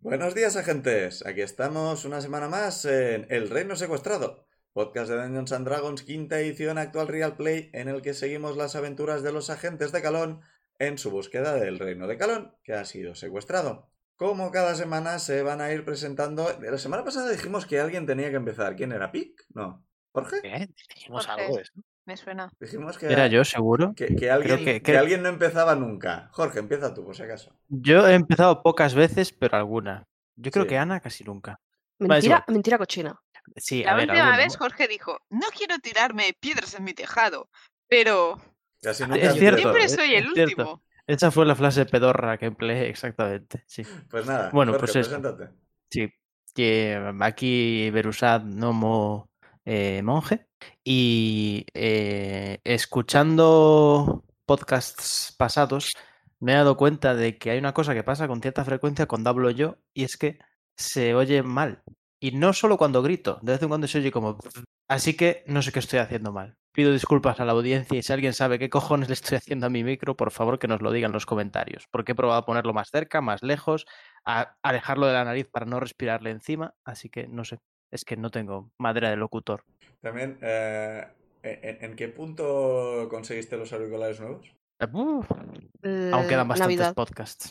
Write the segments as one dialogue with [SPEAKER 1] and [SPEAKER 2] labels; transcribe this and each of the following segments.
[SPEAKER 1] Buenos días, agentes. Aquí estamos una semana más en El Reino Secuestrado, podcast de Dungeons and Dragons, quinta edición actual Real Play, en el que seguimos las aventuras de los agentes de Calón en su búsqueda del Reino de Calón, que ha sido secuestrado. Como cada semana se van a ir presentando. La semana pasada dijimos que alguien tenía que empezar. ¿Quién era? ¿Pic? No. ¿Jorge?
[SPEAKER 2] ¿Eh? Dijimos
[SPEAKER 3] Jorge.
[SPEAKER 2] algo de eso.
[SPEAKER 3] Me suena.
[SPEAKER 1] Dijimos que,
[SPEAKER 4] Era yo, seguro.
[SPEAKER 1] que, que alguien,
[SPEAKER 4] Creo que-
[SPEAKER 1] que
[SPEAKER 4] que-
[SPEAKER 1] alguien no empezaba nunca. Jorge, empieza tú, por si acaso.
[SPEAKER 4] Yo he empezado pocas veces, pero alguna. Yo creo
[SPEAKER 1] Sí.
[SPEAKER 4] que Ana casi nunca. Vale, es
[SPEAKER 5] Mentira, mentira cochina.
[SPEAKER 4] Sí,
[SPEAKER 3] La
[SPEAKER 4] a ver,
[SPEAKER 3] última
[SPEAKER 4] alguna.
[SPEAKER 3] vez Jorge dijo, no quiero tirarme piedras en mi tejado, pero
[SPEAKER 1] Casi
[SPEAKER 4] Ah,
[SPEAKER 1] nunca
[SPEAKER 4] es
[SPEAKER 1] empiezo.
[SPEAKER 4] cierto.
[SPEAKER 3] siempre
[SPEAKER 4] es-
[SPEAKER 3] soy el
[SPEAKER 4] es cierto.
[SPEAKER 3] último.
[SPEAKER 4] Esa fue la frase pedorra que empleé exactamente. Sí.
[SPEAKER 1] Pues nada,
[SPEAKER 4] Bueno,
[SPEAKER 1] Jorge,
[SPEAKER 4] pues eso.
[SPEAKER 1] preséntate.
[SPEAKER 4] Sí, que aquí Berusad Nomo eh, monje y eh, escuchando podcasts pasados me he dado cuenta de que hay una cosa que pasa con cierta frecuencia cuando hablo yo y es que se oye mal. Y no solo cuando grito, de vez en cuando se oye como... Así que no sé qué estoy haciendo mal. Pido disculpas a la audiencia y si alguien sabe qué cojones le estoy haciendo a mi micro, por favor que nos lo digan en los comentarios. Porque he probado a ponerlo más cerca, más lejos, a alejarlo de la nariz para no respirarle encima, así que no sé, es que no tengo madera de locutor.
[SPEAKER 1] También, eh, ¿en, en qué punto conseguiste los auriculares nuevos?
[SPEAKER 4] Eh, ¡buf! Aún
[SPEAKER 5] Eh,
[SPEAKER 4] quedan bastantes
[SPEAKER 5] Navidad.
[SPEAKER 4] podcasts.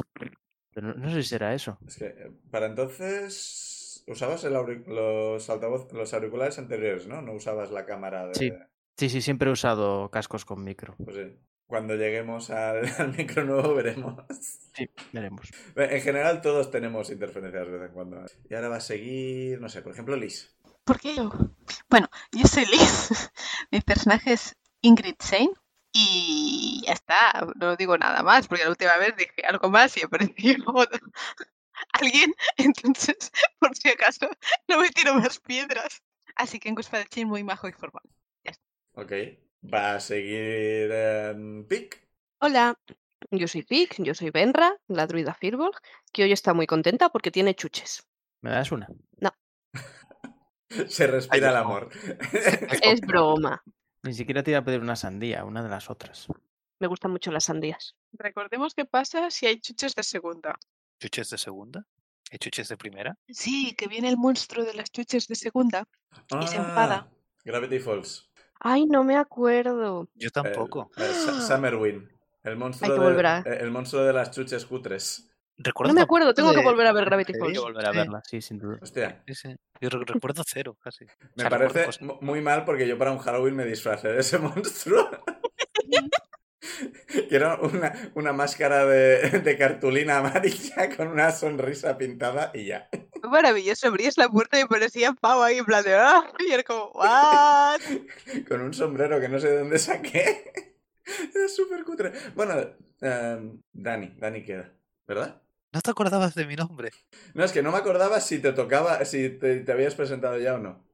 [SPEAKER 4] Pero no, no sé si será eso.
[SPEAKER 1] Es que eh, para entonces usabas el auric- los, altavoz los auriculares anteriores, ¿no? No usabas la cámara de...
[SPEAKER 4] Sí. Sí, sí, siempre he usado cascos con micro.
[SPEAKER 1] Pues sí. Cuando lleguemos al, al micro nuevo veremos.
[SPEAKER 4] Sí, veremos.
[SPEAKER 1] En general todos tenemos interferencias de vez en cuando. ¿eh? Y ahora va a seguir, no sé, por ejemplo, Liz.
[SPEAKER 3] ¿Por qué yo? Bueno, yo soy Liz. Mi personaje es Ingrid Sein. Y ya está, no digo nada más, porque la última vez dije algo más y apareció otro- alguien. Entonces, por si acaso, no me tiro más piedras. Así que en Guspa de Chin, muy majo y formal.
[SPEAKER 1] Ok. Va a seguir eh, Pic.
[SPEAKER 5] Hola, yo soy Pic, yo soy Benra, la druida Firbolg, que hoy está muy contenta porque tiene chuches.
[SPEAKER 4] ¿Me das una?
[SPEAKER 1] Se respira
[SPEAKER 4] Ay,
[SPEAKER 1] el
[SPEAKER 4] no.
[SPEAKER 1] amor.
[SPEAKER 5] Es broma.
[SPEAKER 4] Ni siquiera te iba a pedir una sandía, una de las otras.
[SPEAKER 5] Me gustan mucho las sandías.
[SPEAKER 3] Recordemos qué pasa si hay chuches de segunda.
[SPEAKER 6] ¿Chuches de segunda? ¿Y chuches de primera?
[SPEAKER 3] Sí, que viene el monstruo de las chuches de segunda. Y se
[SPEAKER 1] Ah,
[SPEAKER 3] enfada.
[SPEAKER 1] Gravity Falls.
[SPEAKER 5] Ay, no me acuerdo.
[SPEAKER 6] Yo
[SPEAKER 1] Eh,
[SPEAKER 6] tampoco.
[SPEAKER 1] eh, Sa- Summerwind. El monstruo,
[SPEAKER 5] que
[SPEAKER 1] de-
[SPEAKER 5] volver a-
[SPEAKER 1] eh, el monstruo de las chuches cutres.
[SPEAKER 6] Recuerdo
[SPEAKER 5] No me
[SPEAKER 6] tampoco
[SPEAKER 5] acuerdo, tengo que
[SPEAKER 6] de-
[SPEAKER 5] volver a ver Gravity
[SPEAKER 6] Tengo que
[SPEAKER 5] Falls.
[SPEAKER 6] volver a
[SPEAKER 4] Sí,
[SPEAKER 6] verla.
[SPEAKER 4] Sí, sin duda.
[SPEAKER 1] Hostia,
[SPEAKER 6] Sí, sí. Yo re- recuerdo cero, casi. O
[SPEAKER 1] me
[SPEAKER 6] sea, recuerdo
[SPEAKER 1] parece
[SPEAKER 6] cosas.
[SPEAKER 1] mu- muy mal porque yo para un Halloween me disfracé de ese monstruo. que era una, una máscara de, de cartulina amarilla con una sonrisa pintada y ya.
[SPEAKER 3] Fue maravilloso, abrías la puerta y parecía pavo ahí en plan de "Ah", y era como "What?".
[SPEAKER 1] Con un sombrero que no sé de dónde saqué. Era súper cutre. Bueno, eh, Dani, Dani queda, ¿verdad?
[SPEAKER 6] No te acordabas de mi nombre.
[SPEAKER 1] No, es que no me acordaba si te tocaba, si te, te habías presentado ya o no.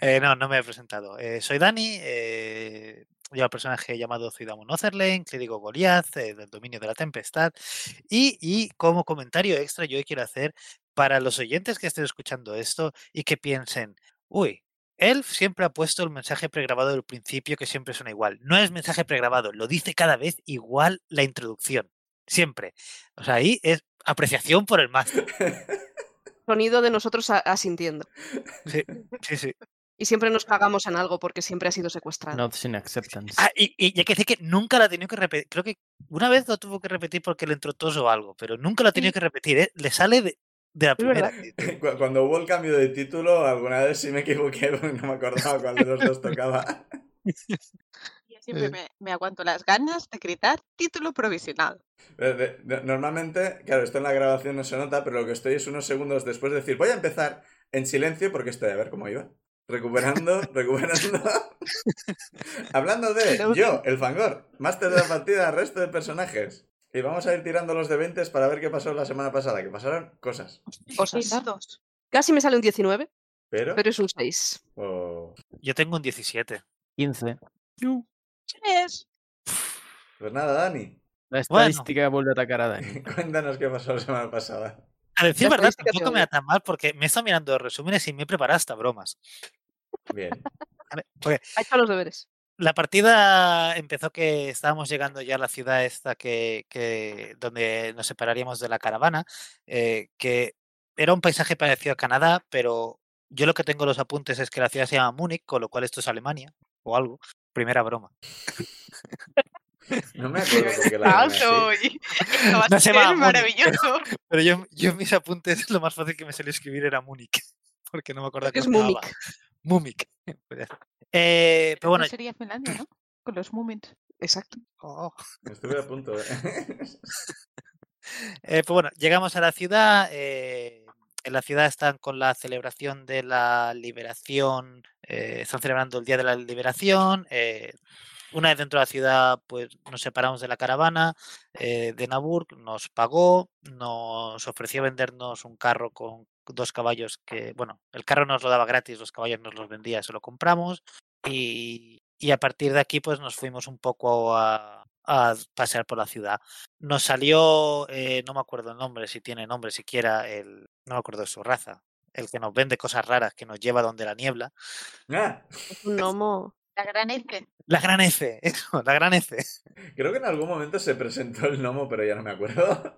[SPEAKER 6] Eh, no, no me he presentado. Eh, soy Dani, eh, llevo el personaje llamado Ciudadano Otherlane, clérigo Goliath, eh, del dominio de la tempestad. Y, y como comentario extra, yo quiero hacer para los oyentes que estén escuchando esto y que piensen, uy, Elf siempre ha puesto el mensaje pregrabado del principio que siempre suena igual. No es mensaje pregrabado, lo dice cada vez igual la introducción. Siempre. O sea, ahí es apreciación por el máster.
[SPEAKER 5] Sonido de nosotros a- asintiendo.
[SPEAKER 6] Sí, sí, sí.
[SPEAKER 5] Y siempre nos cagamos en algo porque siempre ha sido secuestrado.
[SPEAKER 4] Not in acceptance.
[SPEAKER 6] Ah, y, y- y hay que decir que nunca la ha tenido que repetir. Creo que una vez lo tuvo que repetir porque le entró tos o algo, pero nunca la ha tenido que repetir, ¿eh? Le sale de, de la primera. Eh,
[SPEAKER 5] verdad.
[SPEAKER 1] Cu- Cuando hubo el cambio de título, alguna vez sí me equivoqué porque no me acordaba cuál de los dos tocaba.
[SPEAKER 3] Yo siempre
[SPEAKER 4] Eh.
[SPEAKER 3] me, me aguanto las ganas de gritar título provisional.
[SPEAKER 1] Eh, de- de- Normalmente, claro, esto en la grabación no se nota, pero lo que estoy es unos segundos después de decir, voy a empezar en silencio porque estoy a ver cómo iba. Recuperando, recuperando. Hablando de
[SPEAKER 3] No.
[SPEAKER 1] yo, el Fangor, máster de la partida, resto de personajes. Y vamos a ir tirando los de 20 para ver qué pasó la semana pasada, que pasaron cosas.
[SPEAKER 5] Cosas.
[SPEAKER 3] dados.
[SPEAKER 5] Casi me sale un 19,
[SPEAKER 1] Pero.
[SPEAKER 5] pero es un 6.
[SPEAKER 1] Oh,
[SPEAKER 6] Yo tengo un 17.
[SPEAKER 4] 15.
[SPEAKER 3] Tres.
[SPEAKER 1] Pues nada, Dani.
[SPEAKER 4] La
[SPEAKER 6] Bueno.
[SPEAKER 4] estadística vuelve a atacar a Dani.
[SPEAKER 1] Cuéntanos qué pasó la semana pasada.
[SPEAKER 6] A decir
[SPEAKER 5] La
[SPEAKER 6] verdad,
[SPEAKER 5] estadística te
[SPEAKER 6] tampoco me
[SPEAKER 5] odia.
[SPEAKER 6] da tan mal porque me he estado mirando los resúmenes y me he preparado hasta bromas.
[SPEAKER 1] Bien.
[SPEAKER 6] ¿vale? Porque
[SPEAKER 5] Ha hecho los deberes.
[SPEAKER 6] la partida empezó que estábamos llegando ya a la ciudad esta que, que- donde nos separaríamos de la caravana, eh, que era un paisaje parecido a Canadá, pero yo lo que tengo en los apuntes es que la ciudad se llama Múnich, con lo cual esto es Alemania o algo. Primera broma.
[SPEAKER 1] No me acuerdo por qué la llamé así.
[SPEAKER 3] Falso. y- Esto va a
[SPEAKER 6] No se
[SPEAKER 3] ser
[SPEAKER 6] va a Múnich,
[SPEAKER 3] maravilloso.
[SPEAKER 6] Pero yo, yo en mis apuntes lo más fácil que me salió escribir era Múnich, porque no me acuerdo
[SPEAKER 5] Es
[SPEAKER 6] cómo se
[SPEAKER 5] Múnich.
[SPEAKER 6] llamaba. Múnich. Pues ya está. Eh, pero bueno,
[SPEAKER 3] Eso sería Finlandia, ¿no? Con los Moomins.
[SPEAKER 5] Exacto.
[SPEAKER 6] oh,
[SPEAKER 1] Estuve a punto. ¿eh?
[SPEAKER 6] eh, pues bueno, llegamos a la ciudad. eh, en la ciudad están con la celebración de la liberación. eh, están celebrando el Día de la Liberación. eh, una vez dentro de la ciudad, pues nos separamos de la caravana eh, de Naburg, nos pagó, nos ofreció vendernos un carro con dos caballos que, bueno, el carro nos lo daba gratis, los caballos nos los vendía, se lo compramos y, y a partir de aquí pues nos fuimos un poco a, a pasear por la ciudad. Nos salió, eh, no me acuerdo el nombre, si tiene nombre siquiera, el, no me acuerdo de su raza, el que nos vende cosas raras, que nos lleva donde la niebla.
[SPEAKER 1] Ah,
[SPEAKER 5] Es un gnomo.
[SPEAKER 3] La gran Elke.
[SPEAKER 6] La gran F, eso, la gran F.
[SPEAKER 1] creo que en algún momento se presentó el gnomo, pero ya no me acuerdo.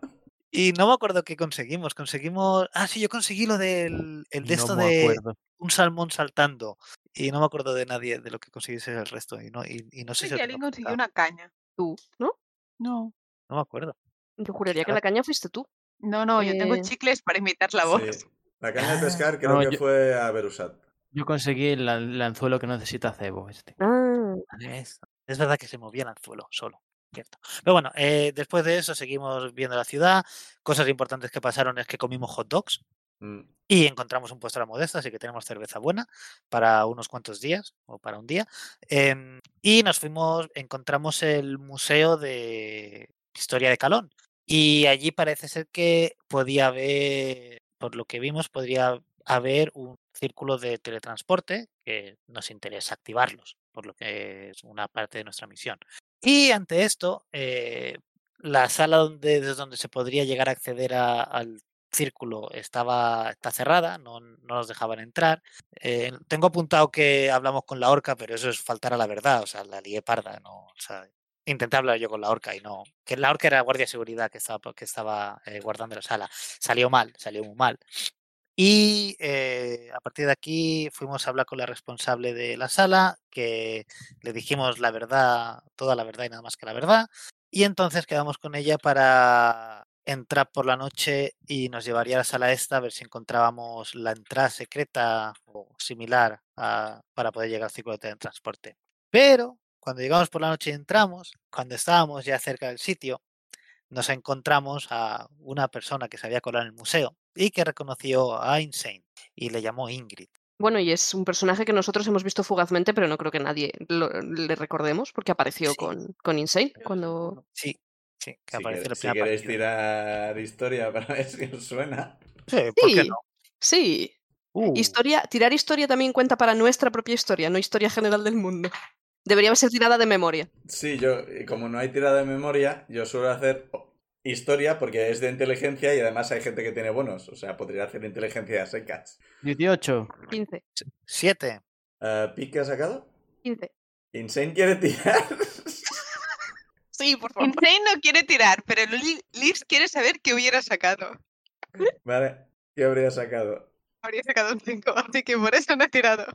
[SPEAKER 6] Y no me acuerdo qué conseguimos. Conseguimos. Ah, sí, yo conseguí lo del. El de esto
[SPEAKER 4] no me
[SPEAKER 6] de
[SPEAKER 4] acuerdo.
[SPEAKER 6] un salmón saltando. Y no me acuerdo de nadie de lo que conseguiste el resto. Y no, y, y no sé si.
[SPEAKER 3] Sí,
[SPEAKER 6] lo tengo
[SPEAKER 3] que alguien consiguió
[SPEAKER 6] apuntado.
[SPEAKER 3] una caña.
[SPEAKER 5] Tú, ¿no?
[SPEAKER 3] No.
[SPEAKER 6] No me acuerdo.
[SPEAKER 5] Yo juraría
[SPEAKER 6] A
[SPEAKER 5] que
[SPEAKER 6] ver.
[SPEAKER 5] la caña fuiste tú.
[SPEAKER 3] No, no, yo tengo
[SPEAKER 5] Eh,
[SPEAKER 3] chicles para imitar la voz. Ah.
[SPEAKER 1] Sí. La caña de pescar creo
[SPEAKER 4] No,
[SPEAKER 1] que
[SPEAKER 4] yo-
[SPEAKER 1] fue a Berusat.
[SPEAKER 4] Yo conseguí el, an- el anzuelo que necesita Cebo. Este.
[SPEAKER 5] Ah,
[SPEAKER 6] Es, es verdad que se movía el anzuelo solo, cierto. Pero bueno, eh, después de eso seguimos viendo la ciudad. Cosas importantes que pasaron es que comimos hot dogs
[SPEAKER 1] Mm.
[SPEAKER 6] y encontramos un puesto a la modesta, así que tenemos cerveza buena para unos cuantos días o para un día. Em, y nos fuimos, encontramos el Museo de Historia de Calón. Y allí parece ser que podía haber, por lo que vimos, podría haber un círculo de teletransporte que nos interesa activarlos, por lo que es una parte de nuestra misión. Y ante esto, eh, la sala donde, desde donde se podría llegar a acceder a- al círculo estaba está cerrada, no, no nos dejaban entrar. Eh, tengo apuntado que hablamos con la orca, pero eso es faltar a la verdad, o sea, la lié parda, no, o sea, intenté hablar yo con la orca y no, que la orca era la guardia de seguridad que estaba, po- que estaba eh, guardando la sala, salió mal, salió muy mal. Y eh, a partir de aquí fuimos a hablar con la responsable de la sala, que le dijimos la verdad, toda la verdad y nada más que la verdad. Y entonces quedamos con ella para entrar por la noche y nos llevaría a la sala esta a ver si encontrábamos la entrada secreta o similar a- para poder llegar al círculo de transporte. Pero cuando llegamos por la noche y entramos, cuando estábamos ya cerca del sitio, nos encontramos a una persona que se había colado en el museo y que reconoció a Einstein y le llamó Ingrid.
[SPEAKER 5] Bueno, y es un personaje que nosotros hemos visto fugazmente, pero no creo que nadie lo- le recordemos porque apareció
[SPEAKER 6] Sí.
[SPEAKER 5] con, con Insane cuando...
[SPEAKER 6] Sí, sí, que
[SPEAKER 1] Oh. Si,
[SPEAKER 6] apareció en
[SPEAKER 1] quer-
[SPEAKER 6] la
[SPEAKER 1] si
[SPEAKER 6] primera
[SPEAKER 1] queréis
[SPEAKER 6] partida.
[SPEAKER 1] tirar historia para ver si os suena.
[SPEAKER 6] Sí, ¿por qué
[SPEAKER 5] Sí,
[SPEAKER 6] no?
[SPEAKER 5] Sí.
[SPEAKER 6] Uh,
[SPEAKER 5] Historia, tirar historia también cuenta para nuestra propia historia, no historia general del mundo. Debería ser tirada de memoria.
[SPEAKER 1] Sí, yo, y como no hay tirada de memoria, yo suelo hacer oh, historia porque es de inteligencia y además hay gente que tiene bonos. O sea, podría hacer inteligencia a secas.
[SPEAKER 4] 18.
[SPEAKER 5] 15.
[SPEAKER 6] siete.
[SPEAKER 1] Ah, ¿Pic que ha sacado?
[SPEAKER 5] 15.
[SPEAKER 1] ¿Insane quiere tirar?
[SPEAKER 5] Sí, por favor.
[SPEAKER 3] Insane no quiere tirar, pero Luli- Liz quiere saber qué hubiera sacado.
[SPEAKER 1] vale. ¿Qué habría sacado?
[SPEAKER 3] Habría sacado un 5, así que por eso no he tirado.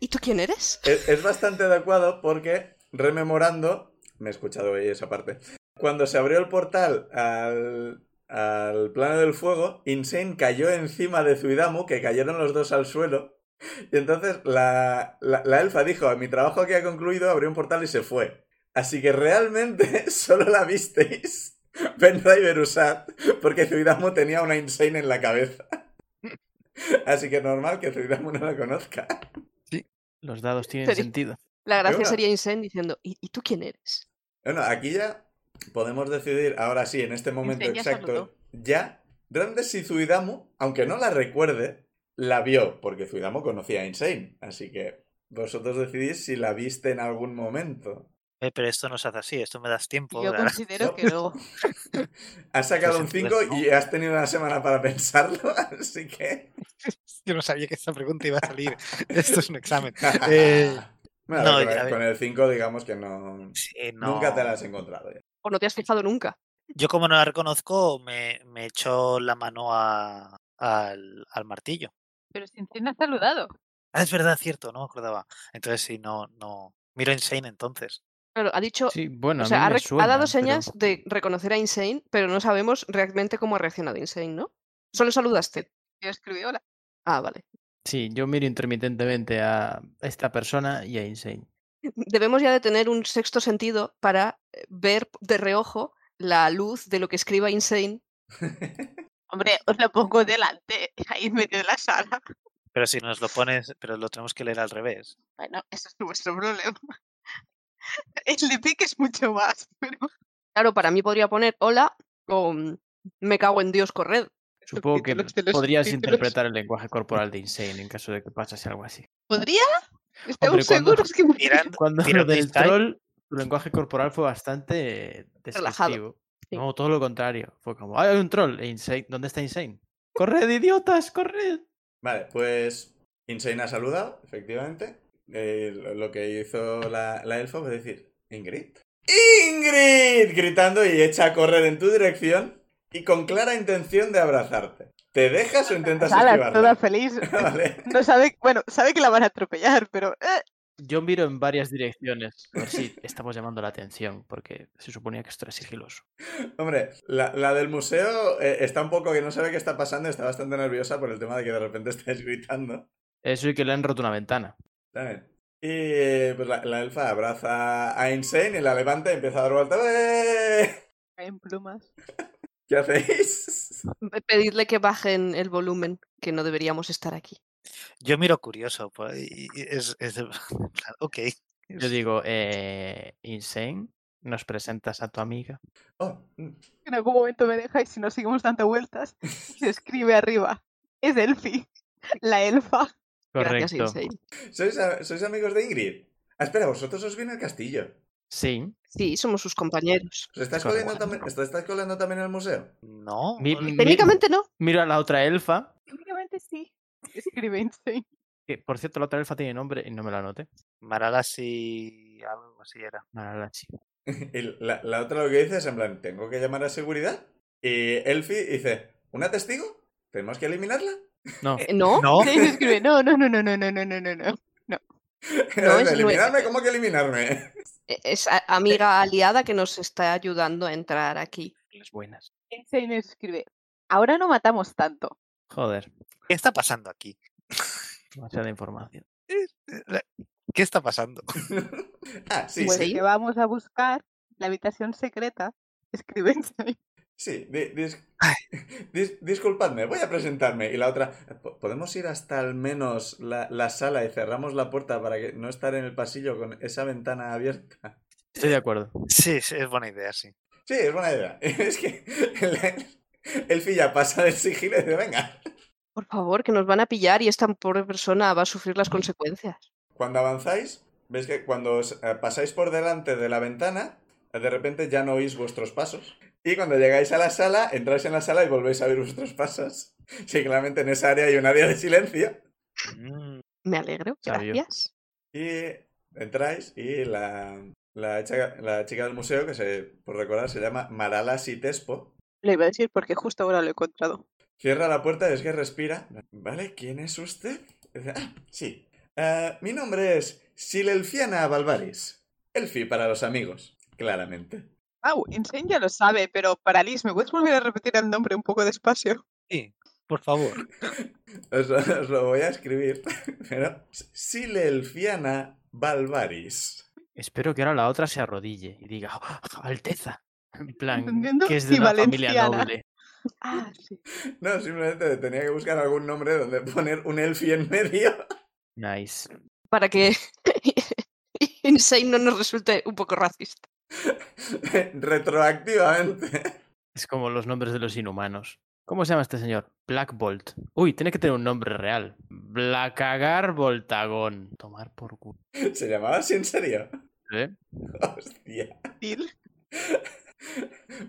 [SPEAKER 5] ¿Y tú quién eres?
[SPEAKER 1] Es, es bastante adecuado porque, rememorando, me he escuchado ahí esa parte. Cuando se abrió el portal al, al plano del fuego, Insane cayó encima de Zuidamu, que cayeron los dos al suelo. Y entonces la, la- la elfa dijo, mi trabajo aquí ha concluido, abrió un portal y se fue. Así que realmente solo la visteis, Benra y Berusat, porque Zuidamu tenía una Insane en la cabeza. Así que normal que Zuidamu no la conozca.
[SPEAKER 4] Los dados tienen
[SPEAKER 5] Pero-
[SPEAKER 4] sentido.
[SPEAKER 5] La gracia
[SPEAKER 1] Ahora.
[SPEAKER 5] sería Insane diciendo, ¿y, y tú quién eres?
[SPEAKER 1] Bueno, aquí ya Podemos decidir ahora sí, en este momento
[SPEAKER 3] Insei ya
[SPEAKER 1] exacto.
[SPEAKER 3] saludó.
[SPEAKER 1] Ya, grande si Zuidamu, aunque no la recuerde, la vio, porque Zuidamu conocía a Insane. Así que vosotros decidís si la viste en algún momento.
[SPEAKER 6] Eh, pero esto no se hace así, esto me das tiempo.
[SPEAKER 3] Yo
[SPEAKER 6] la verdad.
[SPEAKER 3] considero que no.
[SPEAKER 1] Has sacado un
[SPEAKER 6] Pues
[SPEAKER 1] 5
[SPEAKER 6] entonces
[SPEAKER 1] y has tenido una semana para pensarlo, así que.
[SPEAKER 6] Yo no sabía que esta pregunta iba a salir. esto es un examen. Eh,
[SPEAKER 1] Bueno,
[SPEAKER 6] no,
[SPEAKER 1] con,
[SPEAKER 6] ya
[SPEAKER 1] el-
[SPEAKER 6] ve-
[SPEAKER 1] con el 5, digamos que no.
[SPEAKER 6] Sí, no.
[SPEAKER 1] Nunca te la has encontrado. ya.
[SPEAKER 5] O no te has fijado nunca.
[SPEAKER 6] Yo como no la reconozco, me, me echo la mano a- al, al martillo.
[SPEAKER 3] Pero sin ser ha saludado.
[SPEAKER 6] Ah, es verdad, cierto, no me acordaba. Entonces sí, no, no. Miro Insane entonces.
[SPEAKER 5] Claro, ha dicho.
[SPEAKER 4] Sí, bueno,
[SPEAKER 5] o
[SPEAKER 4] a
[SPEAKER 5] sea,
[SPEAKER 4] mí
[SPEAKER 5] ha,
[SPEAKER 4] me
[SPEAKER 5] rec- ha
[SPEAKER 4] suena,
[SPEAKER 5] dado
[SPEAKER 4] pero-
[SPEAKER 5] señas de reconocer a Insane, pero no sabemos realmente cómo ha reaccionado Insane, ¿no? Solo saludaste.
[SPEAKER 3] Yo escribí hola.
[SPEAKER 5] Ah, vale.
[SPEAKER 4] Sí, yo miro intermitentemente a esta persona y a Insane.
[SPEAKER 5] Debemos ya de tener un sexto sentido para eh, ver de reojo la luz de lo que escriba Insane.
[SPEAKER 3] Hombre, os lo pongo delante, ahí en medio de la sala.
[SPEAKER 6] Pero si nos lo pones, pero lo tenemos que leer al revés.
[SPEAKER 3] Bueno, eso es vuestro problema. El de Pic es mucho más, pero
[SPEAKER 5] Claro, para mí podría poner hola o mm, me cago en Dios, corred.
[SPEAKER 4] Supongo que
[SPEAKER 3] Subtítulos de los
[SPEAKER 4] podrías
[SPEAKER 3] subtítulos.
[SPEAKER 4] interpretar el lenguaje corporal de Insane en caso de que pasase algo así.
[SPEAKER 3] ¿podría?
[SPEAKER 4] Hombre,
[SPEAKER 3] Estamos
[SPEAKER 4] cuando-
[SPEAKER 3] seguros que podría.
[SPEAKER 6] Mirando,
[SPEAKER 4] Cuando
[SPEAKER 6] Tira
[SPEAKER 4] lo
[SPEAKER 6] un
[SPEAKER 4] del
[SPEAKER 6] insight.
[SPEAKER 4] troll, tu lenguaje corporal fue bastante eh,
[SPEAKER 5] Relajado,
[SPEAKER 4] descriptivo.
[SPEAKER 5] sí.
[SPEAKER 4] No, todo lo contrario. Fue como, "Ay, hay un troll. e Insane, ¿Dónde está Insane? ¡Corred, idiotas! ¡Corred!
[SPEAKER 1] Vale, pues Insane ha saludado, efectivamente. Eh, lo- lo que hizo la, la elfa fue decir, Ingrid. Ingrid, gritando y echa a correr en tu dirección y con clara intención de abrazarte. ¿Te dejas o intentas
[SPEAKER 3] Sala, toda
[SPEAKER 1] esquivarla?
[SPEAKER 3] feliz.
[SPEAKER 1] Vale.
[SPEAKER 3] No sabe, bueno, sabe que la van a atropellar, pero eh,
[SPEAKER 4] Yo miro en varias direcciones. A ver si estamos llamando la atención, porque se suponía que esto era sigiloso.
[SPEAKER 1] Hombre, la, la del museo eh, está un poco que no sabe qué está pasando, está bastante nerviosa por el tema de que de repente estés gritando.
[SPEAKER 4] Eso y que le han roto una ventana.
[SPEAKER 1] También. Y eh, pues la, la elfa abraza a Insane y la levanta y empieza a dar vueltas. ¡Eh!
[SPEAKER 3] en plumas.
[SPEAKER 1] ¿Qué hacéis?
[SPEAKER 5] Pe- Pedirle que bajen el volumen, que no deberíamos estar aquí.
[SPEAKER 6] Yo miro curioso. pues, y- y es, es de- en plan, ok.
[SPEAKER 4] Yo digo, eh, Insane, nos presentas a tu amiga.
[SPEAKER 1] Oh, mm.
[SPEAKER 3] En algún momento me deja y si no seguimos dando vueltas, se escribe arriba. Es Elfi, la elfa.
[SPEAKER 5] Gracias,
[SPEAKER 4] Correcto.
[SPEAKER 5] Insane.
[SPEAKER 1] ¿Sois, a- sois amigos de Ingrid? Ah, espera, vosotros os viene el castillo.
[SPEAKER 4] Sí.
[SPEAKER 5] Sí, somos sus compañeros.
[SPEAKER 1] ¿Os estáis
[SPEAKER 4] Correcto.
[SPEAKER 1] colando, también, os estáis colando también en el museo?
[SPEAKER 6] No.
[SPEAKER 4] Mi-
[SPEAKER 6] no-
[SPEAKER 4] mi-
[SPEAKER 5] Técnicamente no.
[SPEAKER 4] miro a la otra elfa.
[SPEAKER 3] Técnicamente sí. Escribe Insane.
[SPEAKER 4] Que, por cierto, la otra elfa tiene nombre y no me lo anoté.
[SPEAKER 6] Maralasi. Algo así era.
[SPEAKER 4] Maralachi.
[SPEAKER 1] Y la, la otra lo que dice es en plan, ¿tengo que llamar a seguridad? Y Elfi dice, ¿una testigo? ¿Tenemos que eliminarla?
[SPEAKER 4] No,
[SPEAKER 5] Eh, No,
[SPEAKER 6] No.
[SPEAKER 3] Sí, se escribe, no, no, no, no, no, no, no, no, no, no.
[SPEAKER 5] No, es-
[SPEAKER 1] ¿Eliminarme?
[SPEAKER 5] no es-
[SPEAKER 1] ¿Cómo que eliminarme?
[SPEAKER 5] e- es a- amiga aliada que nos está ayudando a entrar aquí.
[SPEAKER 4] las buenas.
[SPEAKER 3] Insane escribe, ahora no matamos tanto.
[SPEAKER 4] Joder,
[SPEAKER 6] ¿Qué está pasando aquí?
[SPEAKER 4] demasiada información.
[SPEAKER 6] Eh, ¿Qué está pasando?
[SPEAKER 1] ah, sí,
[SPEAKER 3] pues
[SPEAKER 1] sí.
[SPEAKER 3] que vamos a buscar la habitación secreta. Escribe Insane.
[SPEAKER 1] Sí, di- dis- dis- disculpadme, voy a presentarme. Y la otra, "Po- ¿podemos ir hasta al menos la, la sala y cerramos la puerta para que no estar en el pasillo con esa ventana abierta?
[SPEAKER 4] Estoy de acuerdo.
[SPEAKER 6] Sí, sí, es buena idea, sí.
[SPEAKER 1] Sí, es buena idea. Es que el, el ya pasa del sigilo y dice, venga.
[SPEAKER 5] Por favor, que nos van a pillar y esta pobre persona va a sufrir las consecuencias.
[SPEAKER 1] Cuando avanzáis, veis que cuando os, eh, pasáis por delante de la ventana, de repente ya no oís vuestros pasos. Y cuando llegáis a la sala, entráis en la sala y volvéis a oír vuestros pasos. Sí, claramente en esa área hay un área de silencio.
[SPEAKER 6] Mm,
[SPEAKER 5] Me alegro,
[SPEAKER 4] Sabio.
[SPEAKER 5] gracias.
[SPEAKER 1] Y entráis y la, la, chica, la chica del museo, que se, por recordar se llama Marala Sitespo,
[SPEAKER 3] Lo iba a decir porque justo ahora lo he encontrado.
[SPEAKER 1] Cierra la puerta, es que respira. ¿Vale? ¿Quién es usted? Dice, Ah, sí. Eh, mi nombre es Silelfiana Balvaris. Elfi para los amigos, claramente.
[SPEAKER 3] Wow, Insane ya lo sabe, pero Paralís, ¿me puedes volver a repetir el nombre un poco despacio?
[SPEAKER 6] Sí, por favor.
[SPEAKER 1] Os, lo- os lo voy a escribir, pero... Silelfiana Balvaris.
[SPEAKER 4] Espero que ahora la otra se arrodille y diga, "Oh, Alteza. En plan,
[SPEAKER 3] Entendiendo,
[SPEAKER 4] que es de
[SPEAKER 3] y
[SPEAKER 4] una familia
[SPEAKER 3] valenciana.
[SPEAKER 4] noble.
[SPEAKER 3] Ah, sí.
[SPEAKER 1] No, simplemente tenía que buscar algún nombre donde poner un Elfi en medio.
[SPEAKER 4] Nice.
[SPEAKER 5] Para que Insane no nos resulte un poco racista.
[SPEAKER 1] Retroactivamente.
[SPEAKER 4] Es como los nombres de los inhumanos. ¿Cómo se llama este señor? Black Bolt. Uy, tiene que tener un nombre real. Blackagar Voltagón. Tomar por culo.
[SPEAKER 1] ¿Se llamaba así en serio?
[SPEAKER 4] ¿Eh?
[SPEAKER 1] Hostia.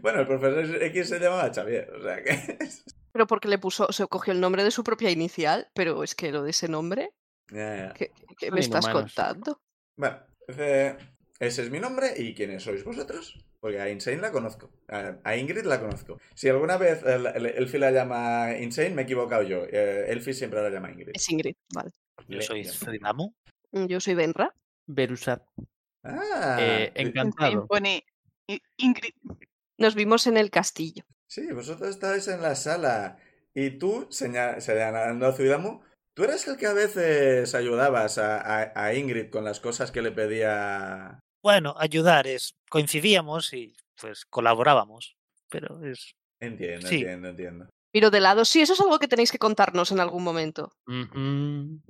[SPEAKER 1] Bueno, el profesor X se llamaba Xavier, o sea que.
[SPEAKER 5] Pero porque le puso, se cogió el nombre de su propia inicial, pero es que lo de ese nombre,
[SPEAKER 1] Ya, ya.
[SPEAKER 5] ¿qué, qué
[SPEAKER 4] Son
[SPEAKER 5] me estás
[SPEAKER 4] inhumanos.
[SPEAKER 5] contando?
[SPEAKER 1] Bueno, dice, ese es mi nombre y quiénes sois vosotros. Porque a Insane la conozco. A, a Ingrid la conozco. Si alguna vez el- el- Elfi la llama Insane, me he equivocado yo. Eh, Elfi siempre la llama Ingrid.
[SPEAKER 5] Es Ingrid, vale.
[SPEAKER 6] Yo
[SPEAKER 1] Le-
[SPEAKER 6] soy este
[SPEAKER 1] ya.
[SPEAKER 6] Zedinamu.
[SPEAKER 5] Yo soy Benra.
[SPEAKER 4] Berusat.
[SPEAKER 1] Ah,
[SPEAKER 4] Eh,
[SPEAKER 1] di-
[SPEAKER 4] encantado.
[SPEAKER 3] pone I- Ingrid.
[SPEAKER 5] Nos vimos en el castillo.
[SPEAKER 1] Sí, vosotros estáis en la sala. Y tú, seña- señalando a Zuidamu, tú eras el que a veces ayudabas a, a- a Ingrid con las cosas que le pedía.
[SPEAKER 6] Bueno, ayudar es. Coincidíamos y pues colaborábamos. Pero es.
[SPEAKER 1] Entiendo,
[SPEAKER 6] Sí.
[SPEAKER 1] entiendo, entiendo.
[SPEAKER 5] Miro de lado. Sí, eso es algo que tenéis que contarnos en algún momento.
[SPEAKER 4] Mhm.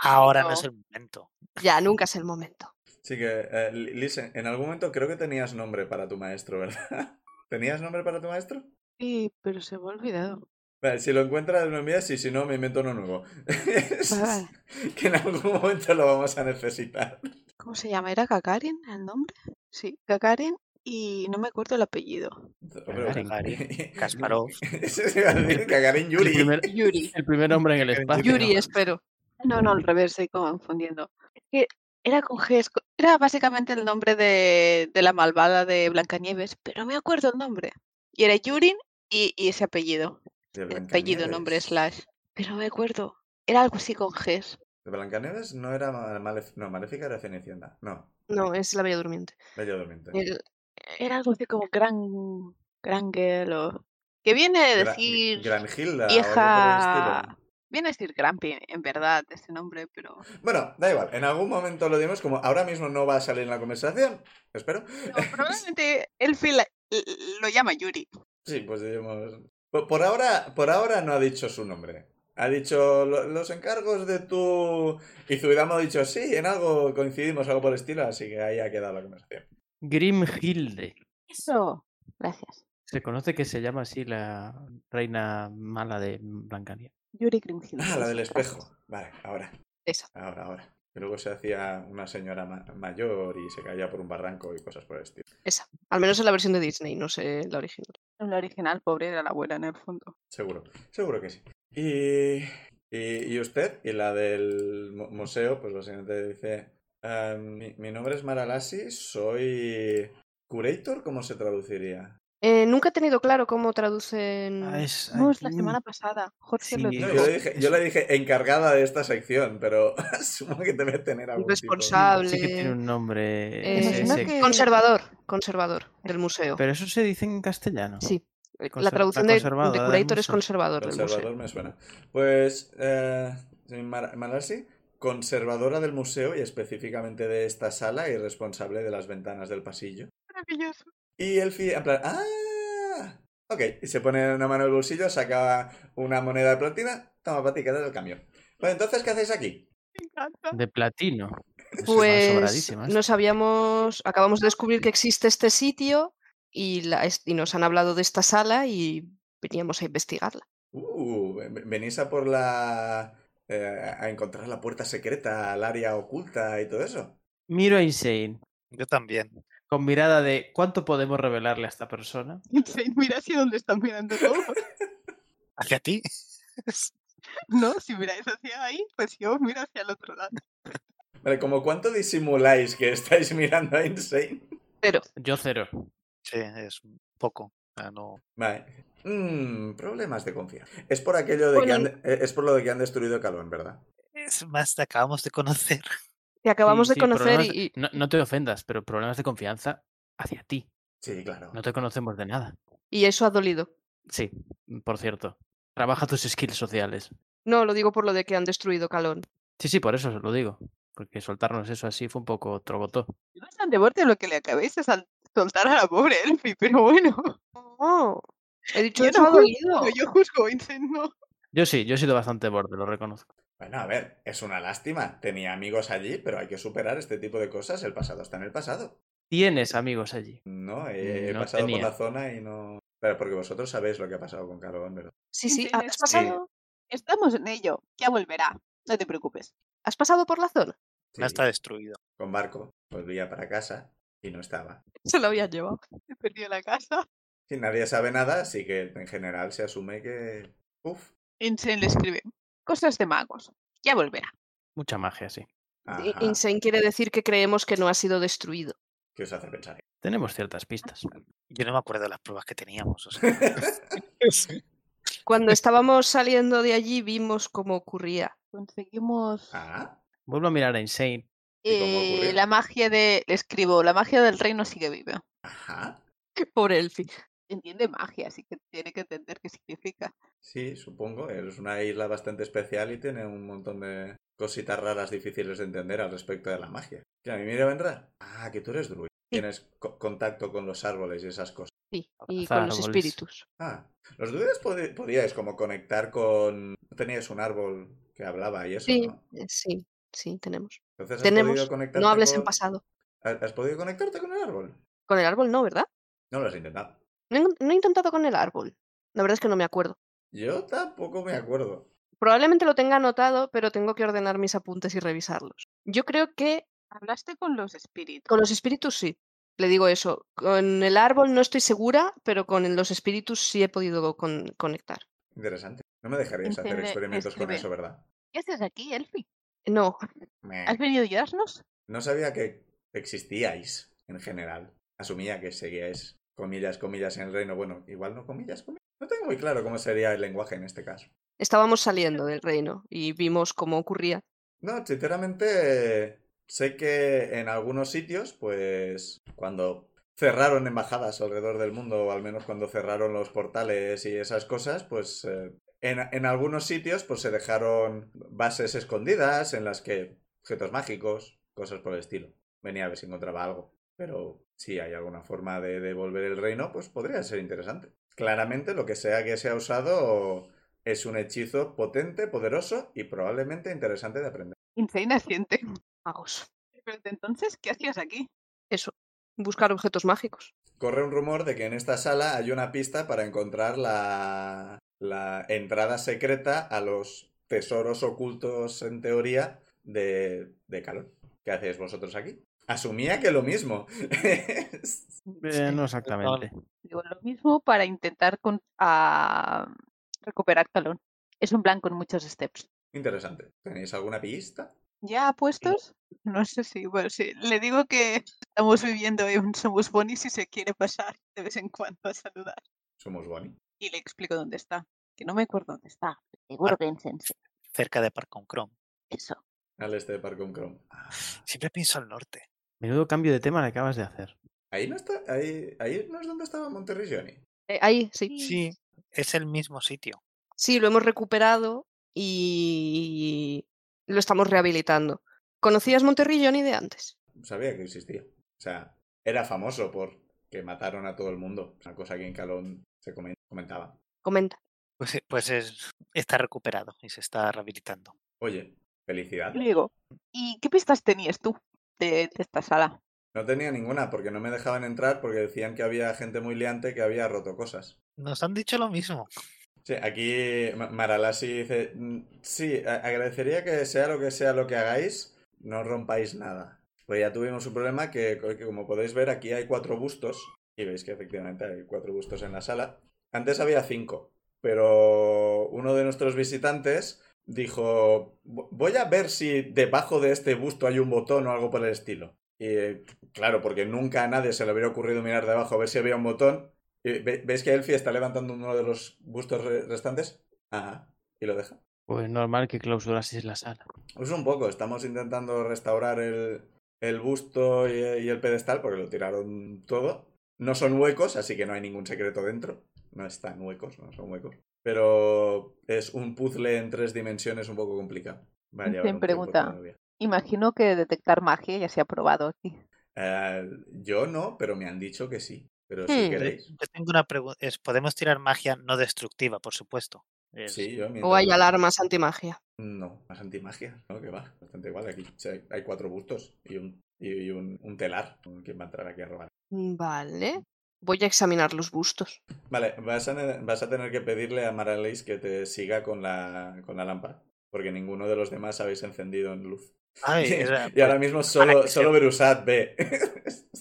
[SPEAKER 6] Ahora no
[SPEAKER 3] no.
[SPEAKER 6] es el momento.
[SPEAKER 5] Ya, nunca es el momento.
[SPEAKER 1] Sí que, eh, Li- Liz, en en algún momento creo que tenías nombre para tu maestro, ¿verdad? ¿Tenías nombre para tu maestro?
[SPEAKER 3] Sí, pero se me ha olvidado.
[SPEAKER 1] Vale, si lo encuentras, lo envías y si no, me invento uno nuevo.
[SPEAKER 3] Vale, vale.
[SPEAKER 1] que en algún momento lo vamos a necesitar.
[SPEAKER 3] ¿Cómo se llama? ¿Era Gagarin el nombre? Sí, Gagarin y no me acuerdo el apellido.
[SPEAKER 1] Hombre,
[SPEAKER 6] Gagarin, Kasparov.
[SPEAKER 1] Eso se iba a decir, Gagarin
[SPEAKER 4] El,
[SPEAKER 1] Yuri.
[SPEAKER 4] primer,
[SPEAKER 3] Yuri.
[SPEAKER 4] el primer hombre en el
[SPEAKER 1] Karen
[SPEAKER 4] espacio.
[SPEAKER 1] Yuri.
[SPEAKER 5] Yuri, espero.
[SPEAKER 3] No, no, al revés, estoy confundiendo. Es que era con G, es co- era básicamente el nombre de, de la malvada de Blancanieves, pero no me acuerdo el nombre. Y era Yuri y, y ese apellido.
[SPEAKER 1] De
[SPEAKER 3] El apellido, nombre,
[SPEAKER 1] Blancanieves.
[SPEAKER 3] slash. Pero no me acuerdo. Era algo así con Gs.
[SPEAKER 1] De Blancanieves no era ma- malef- no, Maléfica era Cenicienta. No,
[SPEAKER 5] No, es la Bella Durmiente.
[SPEAKER 1] Bella Durmiente.
[SPEAKER 5] El-
[SPEAKER 3] Era algo así como Gran, gran Girl o... Que viene de
[SPEAKER 1] Gra-
[SPEAKER 3] decir...
[SPEAKER 1] Granjilda o algo
[SPEAKER 3] hija-
[SPEAKER 1] por el estilo.
[SPEAKER 3] Viene a decir Grampi, en verdad, ese nombre, pero...
[SPEAKER 1] Bueno, da igual. En algún momento lo dimos, como ahora mismo no va a salir en la conversación, espero.
[SPEAKER 3] no, probablemente Elfi la- l- lo llama Yuri.
[SPEAKER 1] Sí, pues diremos. Por, por ahora, por ahora no ha dicho su nombre. Ha dicho "Lo- los encargos de tu. Y Zuidamo ha dicho, sí, en algo coincidimos, algo por el estilo, así que ahí ha quedado la conversación.
[SPEAKER 4] Grimhilde.
[SPEAKER 3] Eso. Gracias.
[SPEAKER 4] Se conoce que se llama así la reina mala de Blancanieves.
[SPEAKER 3] Yuri Grimhild.
[SPEAKER 1] Ah, la del espejo. Vale, ahora.
[SPEAKER 5] Esa.
[SPEAKER 1] Ahora, ahora. Que luego se hacía una señora ma- mayor y se caía por un barranco y cosas por el estilo.
[SPEAKER 5] Al menos en la versión de Disney, no sé la original.
[SPEAKER 3] La original, pobre, era la abuela en el fondo.
[SPEAKER 1] Seguro, seguro que sí. Y, y, y usted, y la del mu- museo, pues básicamente dice, "Ah, mi, mi nombre es Maralasi, soy curator, ¿cómo se traduciría?
[SPEAKER 5] Eh, nunca he tenido claro cómo traducen.
[SPEAKER 4] Ah, es,
[SPEAKER 3] No,
[SPEAKER 1] mm,
[SPEAKER 3] es la semana pasada. Jorge lo
[SPEAKER 4] Sí,
[SPEAKER 1] No,
[SPEAKER 3] dijo.
[SPEAKER 4] eh,
[SPEAKER 1] yo, le dije, yo le dije encargada de esta sección, pero asumo que debe tener algún tipo de-
[SPEAKER 5] Responsable.
[SPEAKER 4] Sí que tiene un nombre.
[SPEAKER 5] Eh,
[SPEAKER 4] ese-
[SPEAKER 3] imagino
[SPEAKER 4] ese-
[SPEAKER 3] que-
[SPEAKER 5] Conservador, conservador del museo.
[SPEAKER 4] Pero eso se dice en castellano.
[SPEAKER 5] Sí. eh,
[SPEAKER 4] Conser-
[SPEAKER 5] La
[SPEAKER 4] la
[SPEAKER 5] traducción de, de
[SPEAKER 4] conservadora del
[SPEAKER 5] curator es
[SPEAKER 4] museo.
[SPEAKER 5] conservador del museo.
[SPEAKER 1] Conservador me suena. Pues, eh, soy Mar- Maralasi, conservadora del museo y específicamente de esta sala y responsable de las ventanas del pasillo.
[SPEAKER 3] Maravilloso.
[SPEAKER 1] Y Elfi, en plan, ¡ah! Ok, y se pone una mano en el bolsillo, saca una moneda de platina, toma para ti, que das el cambio. Bueno, entonces, ¿qué hacéis aquí?
[SPEAKER 3] Me encanta.
[SPEAKER 4] De platino. Eso ¿eh? van
[SPEAKER 5] Pues
[SPEAKER 4] sobradísimas.
[SPEAKER 5] nos habíamos, acabamos de descubrir que existe este sitio y, la, es- y nos han hablado de esta sala y veníamos a investigarla.
[SPEAKER 1] Uh, ven- venís a por la... eh, a encontrar la puerta secreta, al área oculta y todo eso.
[SPEAKER 4] Miro a Insane
[SPEAKER 6] Yo también.
[SPEAKER 4] con mirada de cuánto podemos revelarle a esta persona.
[SPEAKER 3] Mira hacia dónde están mirando todos.
[SPEAKER 6] ¿Hacia ti?
[SPEAKER 3] No, si miráis hacia ahí, pues yo miro hacia el otro lado.
[SPEAKER 1] Vale, como cuánto disimuláis que estáis mirando a Insane.
[SPEAKER 5] Pero
[SPEAKER 4] Yo cero.
[SPEAKER 6] Sí, es un poco. o sea, no-
[SPEAKER 1] Vale. Mm, problemas de confianza. Es por aquello de que
[SPEAKER 5] Bueno,
[SPEAKER 1] han, eh, es por lo de que han destruido Calón, ¿verdad?
[SPEAKER 6] Es más, te acabamos de conocer.
[SPEAKER 5] te acabamos
[SPEAKER 4] Sí,
[SPEAKER 5] de
[SPEAKER 4] sí,
[SPEAKER 5] conocer
[SPEAKER 4] problemas de-
[SPEAKER 5] y, y-
[SPEAKER 4] No, no te ofendas, pero problemas de confianza hacia ti.
[SPEAKER 1] Sí, claro.
[SPEAKER 4] No te conocemos de nada.
[SPEAKER 5] y eso ha dolido.
[SPEAKER 4] Sí, mm, por cierto. Trabaja tus skills sociales.
[SPEAKER 5] No, lo digo por lo de que han destruido Calón.
[SPEAKER 4] Sí, sí, por eso se lo digo. Porque soltarnos eso así fue un poco trogotó.
[SPEAKER 3] Yo bastante borde lo que le acabéis de sal- soltar a la pobre Elfi, pero bueno.
[SPEAKER 5] No, he dicho
[SPEAKER 3] Oh, Yo
[SPEAKER 5] eso
[SPEAKER 3] no juzgo,
[SPEAKER 5] ha dolido.
[SPEAKER 3] yo juzgo, Vincent, no.
[SPEAKER 4] Yo sí, yo he sido bastante borde, lo reconozco.
[SPEAKER 1] Bueno, a ver, es una lástima. Tenía amigos allí, pero hay que superar este tipo de cosas. El pasado está en el pasado.
[SPEAKER 4] Tienes amigos allí.
[SPEAKER 1] No, he, he
[SPEAKER 4] No
[SPEAKER 1] pasado
[SPEAKER 4] tenía.
[SPEAKER 1] por la zona y no. Pero porque vosotros sabéis lo que ha pasado con Carón, ¿verdad?
[SPEAKER 5] Sí, sí.
[SPEAKER 3] Tienes-
[SPEAKER 5] ¿Has pasado,
[SPEAKER 3] ah, Estamos en ello. Ya volverá. No te preocupes.
[SPEAKER 5] ¿Has pasado por la zona?
[SPEAKER 6] No
[SPEAKER 1] Sí,
[SPEAKER 6] está destruido.
[SPEAKER 1] Con barco. Volvía para casa y no estaba.
[SPEAKER 5] Se lo habían llevado.
[SPEAKER 3] He perdido la casa.
[SPEAKER 1] Si nadie sabe nada, así que en general se asume que. Uf.
[SPEAKER 3] Insane le escribe. Cosas de magos. Ya volverá.
[SPEAKER 4] Mucha magia, sí.
[SPEAKER 5] I-
[SPEAKER 1] Ajá,
[SPEAKER 5] Insane quiere decir que creemos que no ha sido destruido.
[SPEAKER 1] ¿Qué os hace pensar?
[SPEAKER 4] Tenemos ciertas pistas.
[SPEAKER 6] Yo no me acuerdo de las pruebas que teníamos. o sea.
[SPEAKER 5] Cuando estábamos saliendo de allí vimos cómo ocurría.
[SPEAKER 3] Conseguimos
[SPEAKER 1] ah,
[SPEAKER 4] Vuelvo a mirar a Insane.
[SPEAKER 1] ¿y cómo
[SPEAKER 3] eh,
[SPEAKER 1] ocurrió?
[SPEAKER 3] la magia de... Le escribo. La magia del reino sigue viva.
[SPEAKER 1] ajá.
[SPEAKER 5] Pobre Elfi.
[SPEAKER 3] Entiende magia, así que tiene que entender qué significa.
[SPEAKER 1] Sí, supongo. Es una isla bastante especial y tiene un montón de cositas raras difíciles de entender al respecto de la magia. Que a mí me vendrá. Ah, que tú eres druid. Tienes co- contacto con los árboles y esas cosas.
[SPEAKER 5] Sí, y
[SPEAKER 4] Abrazar
[SPEAKER 5] con los
[SPEAKER 4] árboles.
[SPEAKER 5] espíritus.
[SPEAKER 1] Ah, los druides podi- podíais como conectar con... Teníais un árbol que hablaba y eso,
[SPEAKER 5] Sí,
[SPEAKER 1] ¿no?
[SPEAKER 5] eh, sí, sí, tenemos.
[SPEAKER 1] Entonces has
[SPEAKER 5] Tenemos.
[SPEAKER 1] podido conectarte
[SPEAKER 5] No hables en
[SPEAKER 1] con-
[SPEAKER 5] pasado.
[SPEAKER 1] ¿Has has podido conectarte con el árbol?
[SPEAKER 5] Con el árbol no, ¿verdad?
[SPEAKER 1] No lo has intentado.
[SPEAKER 5] No he, no he intentado con el árbol. La verdad es que no me acuerdo.
[SPEAKER 1] Yo tampoco me acuerdo.
[SPEAKER 5] Probablemente lo tenga anotado, pero tengo que ordenar mis apuntes y revisarlos. Yo creo que
[SPEAKER 3] Hablaste con los espíritus.
[SPEAKER 5] con los espíritus sí. Le digo eso. Con el árbol no estoy segura, pero con los espíritus sí he podido con- conectar.
[SPEAKER 1] Interesante. No me dejaréis hacer
[SPEAKER 3] Entiende-
[SPEAKER 1] experimentos con
[SPEAKER 3] escribe.
[SPEAKER 1] eso, ¿verdad?
[SPEAKER 3] ¿Qué haces aquí, Elfi?
[SPEAKER 5] No,
[SPEAKER 1] Meh.
[SPEAKER 3] ¿Has venido a ayudarnos?
[SPEAKER 1] No sabía que existíais en general. Asumía que seguíais comillas, comillas en el reino. Bueno, igual no comillas, comillas. No tengo muy claro cómo sería el lenguaje en este caso.
[SPEAKER 5] estábamos saliendo del reino y vimos cómo ocurría.
[SPEAKER 1] No, sinceramente, eh, sé que en algunos sitios, pues cuando cerraron embajadas alrededor del mundo, o al menos cuando cerraron los portales y esas cosas, pues eh, en, en algunos sitios pues se dejaron bases escondidas en las que objetos mágicos, cosas por el estilo. Venía a ver si encontraba algo. Pero si hay alguna forma de devolver el reino, pues podría ser interesante. Claramente lo que sea que se ha usado es un hechizo potente, poderoso y probablemente interesante de aprender.
[SPEAKER 3] Insane asiente.
[SPEAKER 5] Vamos.
[SPEAKER 3] Pero entonces, ¿qué hacías aquí?
[SPEAKER 5] Buscar objetos mágicos.
[SPEAKER 1] Corre un rumor de que en esta sala hay una pista para encontrar la, la entrada secreta a los tesoros ocultos, en teoría, de, de Calón. ¿Qué hacéis vosotros aquí? Asumía que lo mismo.
[SPEAKER 4] Eh,
[SPEAKER 5] Sí.
[SPEAKER 4] no exactamente.
[SPEAKER 3] Digo, lo mismo para intentar con- a recuperar calón. Es un plan con muchos steps.
[SPEAKER 1] Interesante. ¿Tenéis alguna pista?
[SPEAKER 3] ¿Ya puestos? No sé si, bueno, sí. Le digo que estamos viviendo en un Somos Bonis y se quiere pasar de vez en cuando a saludar.
[SPEAKER 1] Somos Bonnie.
[SPEAKER 3] Y le explico dónde está. Que no me acuerdo dónde está.
[SPEAKER 4] Ah.
[SPEAKER 3] Seguro que en Sense.
[SPEAKER 6] cerca de Park on Chrome.
[SPEAKER 3] Eso.
[SPEAKER 1] Al este de Parcom Chrome. Ah,
[SPEAKER 6] Siempre pienso al norte.
[SPEAKER 4] Menudo cambio de tema le acabas de hacer.
[SPEAKER 1] Ahí no está. Ahí, ahí no es donde estaba Monterrey Johnny.
[SPEAKER 5] Eh, ahí, sí.
[SPEAKER 6] Sí, es el mismo sitio.
[SPEAKER 5] Sí, lo hemos recuperado y lo estamos rehabilitando. ¿Conocías Monterrey Johnny de antes?
[SPEAKER 1] Sabía que existía. O sea, era famoso por que mataron a todo el mundo. Una cosa que en Calón se comen- comentaba.
[SPEAKER 5] Comenta.
[SPEAKER 6] Pues, eh, pues es, está recuperado y se está rehabilitando.
[SPEAKER 1] Oye, felicidad.
[SPEAKER 3] Le digo, ¿y qué pistas tenías tú de, de esta sala?
[SPEAKER 1] No tenía ninguna porque no me dejaban entrar porque decían que había gente muy liante que había roto cosas.
[SPEAKER 6] Nos han dicho lo mismo.
[SPEAKER 1] Sí, aquí Ma- Maralasi dice, "Mm, sí, a- agradecería que sea lo que sea lo que hagáis, no rompáis nada. Pues ya tuvimos un problema que, co- que como podéis ver aquí hay cuatro bustos y veis que efectivamente hay cuatro bustos en la sala. Antes había cinco, pero uno de nuestros visitantes dijo, "Vo- voy a ver si debajo de este busto hay un botón o algo por el estilo. Y eh, claro, porque nunca a nadie se le hubiera ocurrido mirar debajo a ver si había un botón. Y ve- ¿Veis que Elfie está levantando uno de los bustos re- restantes? Ajá. Y lo deja.
[SPEAKER 4] Pues normal que clausurases la sala.
[SPEAKER 1] Pues un poco, estamos intentando restaurar el, el busto y, y el pedestal porque lo tiraron todo. No son huecos, así que no hay ningún secreto dentro. No están huecos, no son huecos. Pero es un puzzle en tres dimensiones un poco complicado. Va a
[SPEAKER 3] Bien
[SPEAKER 1] llevar un tiempo
[SPEAKER 3] pregunta.
[SPEAKER 1] todavía.
[SPEAKER 3] Imagino que detectar magia ya se ha probado aquí.
[SPEAKER 1] Eh, yo no, pero me han dicho que sí. Pero si
[SPEAKER 5] Hmm.
[SPEAKER 6] Yo
[SPEAKER 1] queréis.
[SPEAKER 6] yo tengo una pregunta. Podemos tirar magia no destructiva, por supuesto. Es-
[SPEAKER 1] Sí, yo
[SPEAKER 5] O
[SPEAKER 1] mientras-
[SPEAKER 5] hay alarmas antimagia.
[SPEAKER 1] No, más antimagia, ¿no? Que va, bastante igual aquí. O sea, hay- hay cuatro bustos y un, y y un, un telar. ¿Quién va a entrar aquí a robar?
[SPEAKER 5] Mm, Vale. Voy a examinar los bustos.
[SPEAKER 1] Vale, vas a, ne- vas a tener que pedirle a Maralais que te siga con la, con la lámpara. Porque ninguno de los demás habéis encendido en luz.
[SPEAKER 6] Ay,
[SPEAKER 1] y,
[SPEAKER 6] era-
[SPEAKER 1] y ahora mismo solo,
[SPEAKER 6] que
[SPEAKER 1] solo
[SPEAKER 6] se-
[SPEAKER 1] Berusat ve.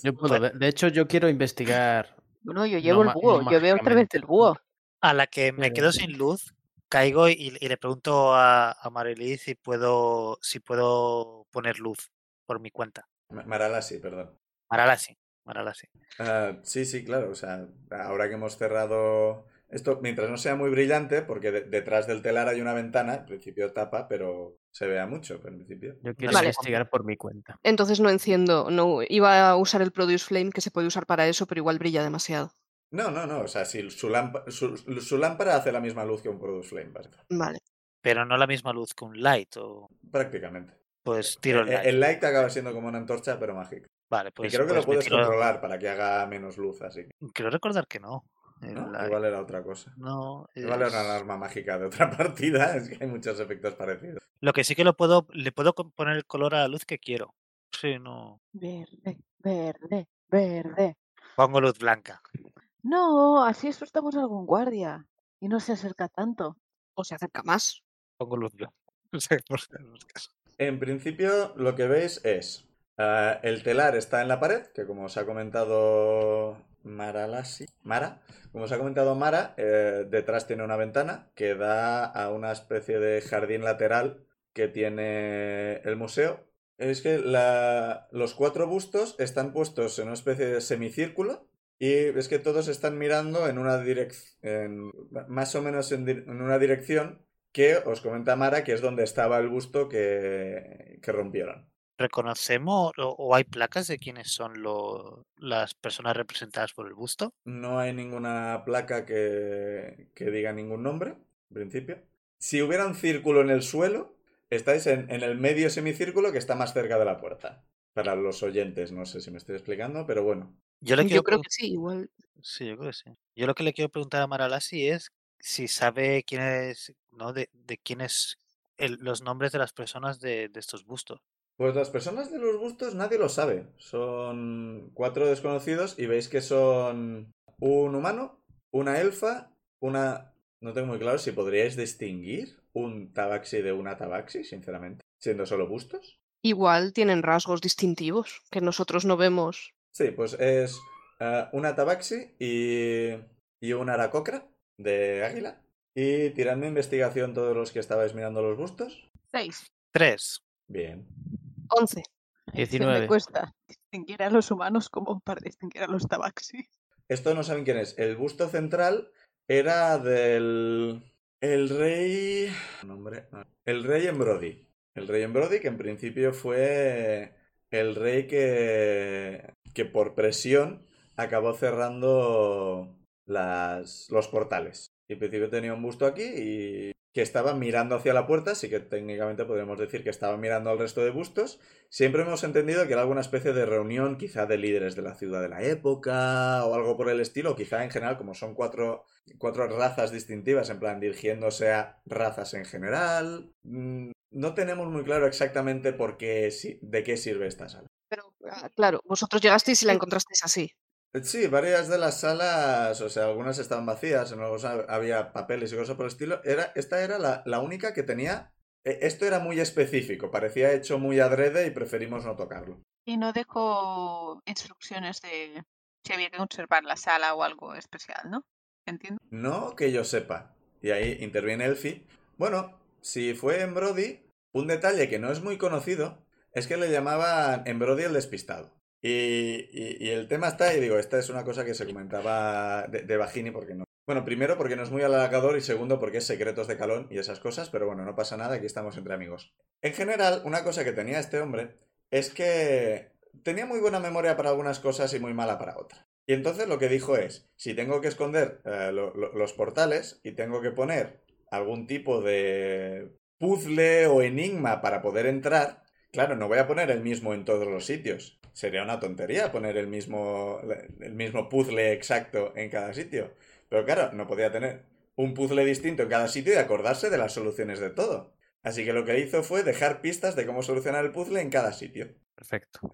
[SPEAKER 4] Yo puedo ver. De hecho, yo quiero investigar.
[SPEAKER 3] Bueno, yo llevo
[SPEAKER 4] ma-
[SPEAKER 3] el búho,
[SPEAKER 4] no
[SPEAKER 3] yo veo otra vez
[SPEAKER 4] mágicamente.
[SPEAKER 3] el búho.
[SPEAKER 6] a la que
[SPEAKER 1] Eh.
[SPEAKER 6] me quedo
[SPEAKER 4] Sí.
[SPEAKER 6] sin luz, caigo y, y le pregunto a, a Marily si puedo, si puedo poner luz por mi cuenta.
[SPEAKER 1] Ma- Marala sí, perdón.
[SPEAKER 6] Marala sí, Marala sí.
[SPEAKER 1] Ah, sí, sí, claro. O sea, ahora que hemos cerrado esto, mientras no sea muy brillante, porque de- detrás del telar hay una ventana, en principio tapa, pero se vea mucho, pero en principio.
[SPEAKER 4] Yo quiero
[SPEAKER 6] Vale.
[SPEAKER 4] investigar por mi cuenta.
[SPEAKER 5] Entonces no enciendo. No, iba a usar el Produce Flame que se puede usar para eso, pero igual brilla demasiado.
[SPEAKER 1] No, no, no. O sea, si su, lámpa- su, su lámpara hace la misma luz que un Produce Flame, vale,
[SPEAKER 5] Vale.
[SPEAKER 6] Pero no la misma luz que un light, o
[SPEAKER 1] prácticamente.
[SPEAKER 6] pues tiro el
[SPEAKER 1] Eh, eh,
[SPEAKER 6] light.
[SPEAKER 1] el light acaba siendo como una antorcha, pero mágica.
[SPEAKER 6] Vale, pues.
[SPEAKER 1] y creo que
[SPEAKER 6] pues
[SPEAKER 1] lo
[SPEAKER 6] me
[SPEAKER 1] puedes
[SPEAKER 6] tiro-
[SPEAKER 1] controlar para que haga menos luz, así que.
[SPEAKER 6] Creo recordar que no. el
[SPEAKER 1] ¿no?
[SPEAKER 6] light,
[SPEAKER 1] Igual era otra cosa.
[SPEAKER 6] no,
[SPEAKER 1] Igual era
[SPEAKER 6] es-
[SPEAKER 1] una alarma mágica de otra partida. Es que hay muchos efectos parecidos.
[SPEAKER 6] Lo que sí que lo puedo, le puedo co- poner el color a la luz que quiero. Sí, no.
[SPEAKER 3] Verde, verde, verde.
[SPEAKER 6] Pongo luz blanca.
[SPEAKER 3] No, así asustamos a algún guardia. Y no se acerca tanto.
[SPEAKER 5] O se acerca más.
[SPEAKER 6] Pongo luz blanca. No sé por qué, no sé.
[SPEAKER 1] En principio, lo que veis es ah, el telar está en la pared, que como os ha comentado Maralasi, Mara, como os ha comentado Mara, eh, detrás tiene una ventana que da a una especie de jardín lateral que tiene el museo. Es que la- los cuatro bustos están puestos en una especie de semicírculo y es que todos están mirando en una dirección, más o menos en dir- en una dirección que os comenta Mara que es donde estaba el busto que, que rompieron.
[SPEAKER 6] ¿Reconocemos o, o hay placas de quiénes son lo- las personas representadas por el busto?
[SPEAKER 1] No hay ninguna placa que, que diga ningún nombre, en principio. Si hubiera un círculo en el suelo, estáis en, en el medio semicírculo que está más cerca de la puerta. Para los oyentes, no sé si me estoy explicando, pero bueno.
[SPEAKER 6] Yo, le
[SPEAKER 5] Yo
[SPEAKER 6] quiero
[SPEAKER 5] creo
[SPEAKER 6] pregun-
[SPEAKER 5] que sí, igual.
[SPEAKER 6] sí, yo creo que sí. Yo lo que le quiero preguntar a Maralasi es si sabe quién es, ¿no? De, de quién es el- los nombres de las personas de, de estos bustos.
[SPEAKER 1] Pues las personas de los bustos nadie lo sabe. Son cuatro desconocidos y veis que son un humano, una elfa, una... No tengo muy claro si podríais distinguir un tabaxi de una tabaxi, sinceramente, siendo solo bustos.
[SPEAKER 5] Igual tienen rasgos distintivos que nosotros no vemos.
[SPEAKER 1] Sí, pues es eh, una tabaxi y, y una aracocra de águila. Y tiradme investigación todos los que estabais mirando los bustos.
[SPEAKER 3] Seis.
[SPEAKER 6] Tres.
[SPEAKER 1] Bien.
[SPEAKER 5] 11.
[SPEAKER 3] Es que
[SPEAKER 4] 19.
[SPEAKER 3] me cuesta distinguir a los humanos como para distinguir a los tabaxi.
[SPEAKER 1] Esto no saben quién es. El busto central era del. El rey. Nombre. no. El rey Embrody. El rey Embrody, que en principio fue el rey que. que por presión acabó cerrando las, los portales. Y en principio tenía un busto aquí y que estaba mirando hacia la puerta, así que técnicamente podríamos decir que estaba mirando al resto de bustos. Siempre hemos entendido que era alguna especie de reunión, quizá de líderes de la ciudad de la época o algo por el estilo, quizá en general, como son cuatro, cuatro razas distintivas, en plan dirigiéndose a razas en general. Mm, No tenemos muy claro exactamente por qué, si- de qué sirve esta sala.
[SPEAKER 5] Pero ah, claro, vosotros llegasteis y la
[SPEAKER 3] Sí.
[SPEAKER 5] encontrasteis así.
[SPEAKER 1] Eh, Sí, varias de las salas, o sea, algunas estaban vacías, en algunas ha- había papeles y cosas por el estilo. Era, esta era la, la única que tenía. e- Esto era muy específico, parecía hecho muy adrede y preferimos no tocarlo.
[SPEAKER 3] Y no dejo instrucciones de si había que conservar la sala o algo especial, ¿no? Entiendo.
[SPEAKER 1] No que yo sepa. Y ahí interviene Elfi. Bueno, si fue en Brody, un detalle que no es muy conocido es que le llamaban en Brody el despistado. Y, y- y el tema está, y digo, esta es una cosa que se comentaba de, de Bajini porque no. Bueno, primero porque no es muy alargador y segundo porque es secretos de calón y esas cosas, pero bueno, no pasa nada, aquí estamos entre amigos. En general, una cosa que tenía este hombre es que tenía muy buena memoria para algunas cosas y muy mala para otras. Y entonces lo que dijo es, si tengo que esconder eh, lo- lo- los portales y tengo que poner algún tipo de puzzle o enigma para poder entrar, claro, no voy a poner el mismo en todos los sitios. Sería una tontería poner el mismo, el mismo puzzle exacto en cada sitio. Pero claro, no podía tener un puzzle distinto en cada sitio y acordarse de las soluciones de todo. Así que lo que hizo fue dejar pistas de cómo solucionar el puzzle en cada sitio.
[SPEAKER 4] Perfecto.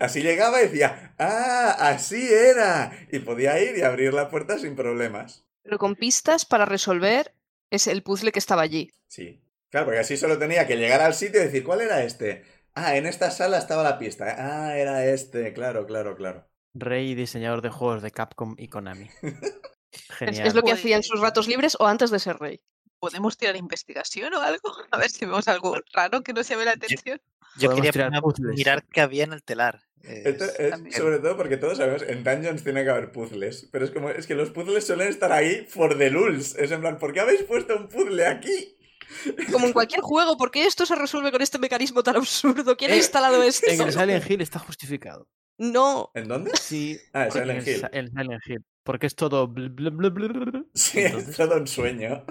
[SPEAKER 1] Así llegaba y decía, ¡ah! ¡Así era! Y podía ir y abrir la puerta sin problemas.
[SPEAKER 5] Pero con pistas para resolver es el puzzle que estaba allí.
[SPEAKER 1] Sí. Claro, porque así solo tenía que llegar al sitio y decir, ¿cuál era este? Ah, en esta sala estaba la pista. Ah, era este. Claro, claro, claro.
[SPEAKER 4] Rey y diseñador de juegos de Capcom y Konami.
[SPEAKER 5] Es,
[SPEAKER 4] Genial.
[SPEAKER 5] es lo que
[SPEAKER 3] Joder.
[SPEAKER 5] hacía en sus ratos libres o antes de ser rey.
[SPEAKER 3] ¿Podemos tirar investigación o algo? A ver si vemos algo raro que no se ve la atención.
[SPEAKER 6] Yo
[SPEAKER 4] Podemos
[SPEAKER 6] quería
[SPEAKER 4] tirar
[SPEAKER 6] ponerme a
[SPEAKER 4] puzzles.
[SPEAKER 6] mirar qué había en el telar. eh,
[SPEAKER 1] Esto
[SPEAKER 6] es-
[SPEAKER 1] es
[SPEAKER 3] también.
[SPEAKER 1] sobre todo porque todos sabemos, en Dungeons tiene que haber puzzles. Pero es como, es que los puzzles suelen estar ahí for the lulz. Es en plan, ¿por qué habéis puesto un puzzle aquí?
[SPEAKER 5] Como en cualquier juego, ¿por qué esto se resuelve con este mecanismo tan absurdo? ¿Quién ha
[SPEAKER 4] Eh,
[SPEAKER 5] instalado esto?
[SPEAKER 4] En el Silent Hill está justificado.
[SPEAKER 5] No,
[SPEAKER 1] ¿En dónde?
[SPEAKER 4] Sí.
[SPEAKER 1] Ah, en
[SPEAKER 4] porque
[SPEAKER 1] Silent
[SPEAKER 4] el
[SPEAKER 1] Hill.
[SPEAKER 4] Sa- el Silent Hill. Porque es todo. bl- bl- bl- bl- bl- bl-
[SPEAKER 1] Sí,
[SPEAKER 4] Entonces,
[SPEAKER 1] es todo un sueño.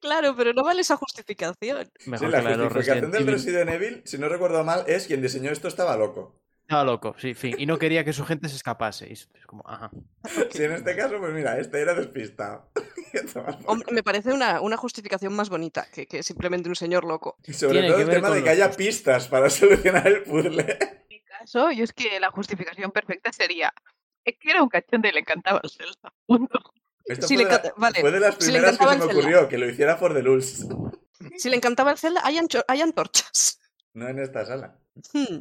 [SPEAKER 5] claro, pero no vale esa justificación.
[SPEAKER 1] Sí,
[SPEAKER 4] mejor
[SPEAKER 1] la
[SPEAKER 4] que la de los
[SPEAKER 1] justificación
[SPEAKER 4] ah, Resident
[SPEAKER 1] del
[SPEAKER 4] Evil.
[SPEAKER 1] Resident Evil, si no recuerdo mal, es quien diseñó esto estaba loco.
[SPEAKER 4] Estaba loco, sí, fin. Y no quería que su gente se escapase. Y es es como, ajá.
[SPEAKER 1] Si en este caso, pues mira, este era despistado. Y tomar por
[SPEAKER 5] Hombre, me parece una, una justificación más bonita que, que simplemente un señor loco.
[SPEAKER 1] Y sobre
[SPEAKER 4] Tiene
[SPEAKER 1] todo
[SPEAKER 4] que
[SPEAKER 1] el
[SPEAKER 4] ver
[SPEAKER 1] tema
[SPEAKER 4] con
[SPEAKER 1] de que
[SPEAKER 4] los
[SPEAKER 1] haya pistas para solucionar el puzzle.
[SPEAKER 3] En mi caso, yo es que la justificación perfecta sería es que era un cachón y le encantaba el Zelda. Punto.
[SPEAKER 1] Esto
[SPEAKER 5] Sí,
[SPEAKER 1] fue, de
[SPEAKER 5] le
[SPEAKER 1] la-
[SPEAKER 5] encanta- vale.
[SPEAKER 1] fue de las
[SPEAKER 5] Sí, le
[SPEAKER 1] primeras que
[SPEAKER 5] encantaba
[SPEAKER 1] se me
[SPEAKER 5] el Zelda.
[SPEAKER 1] ocurrió, que lo hiciera for the lulz.
[SPEAKER 5] Si le encantaba el Zelda, hay, ancho- hay antorchas.
[SPEAKER 1] No en esta sala.
[SPEAKER 5] Hmm.
[SPEAKER 6] ¿Qué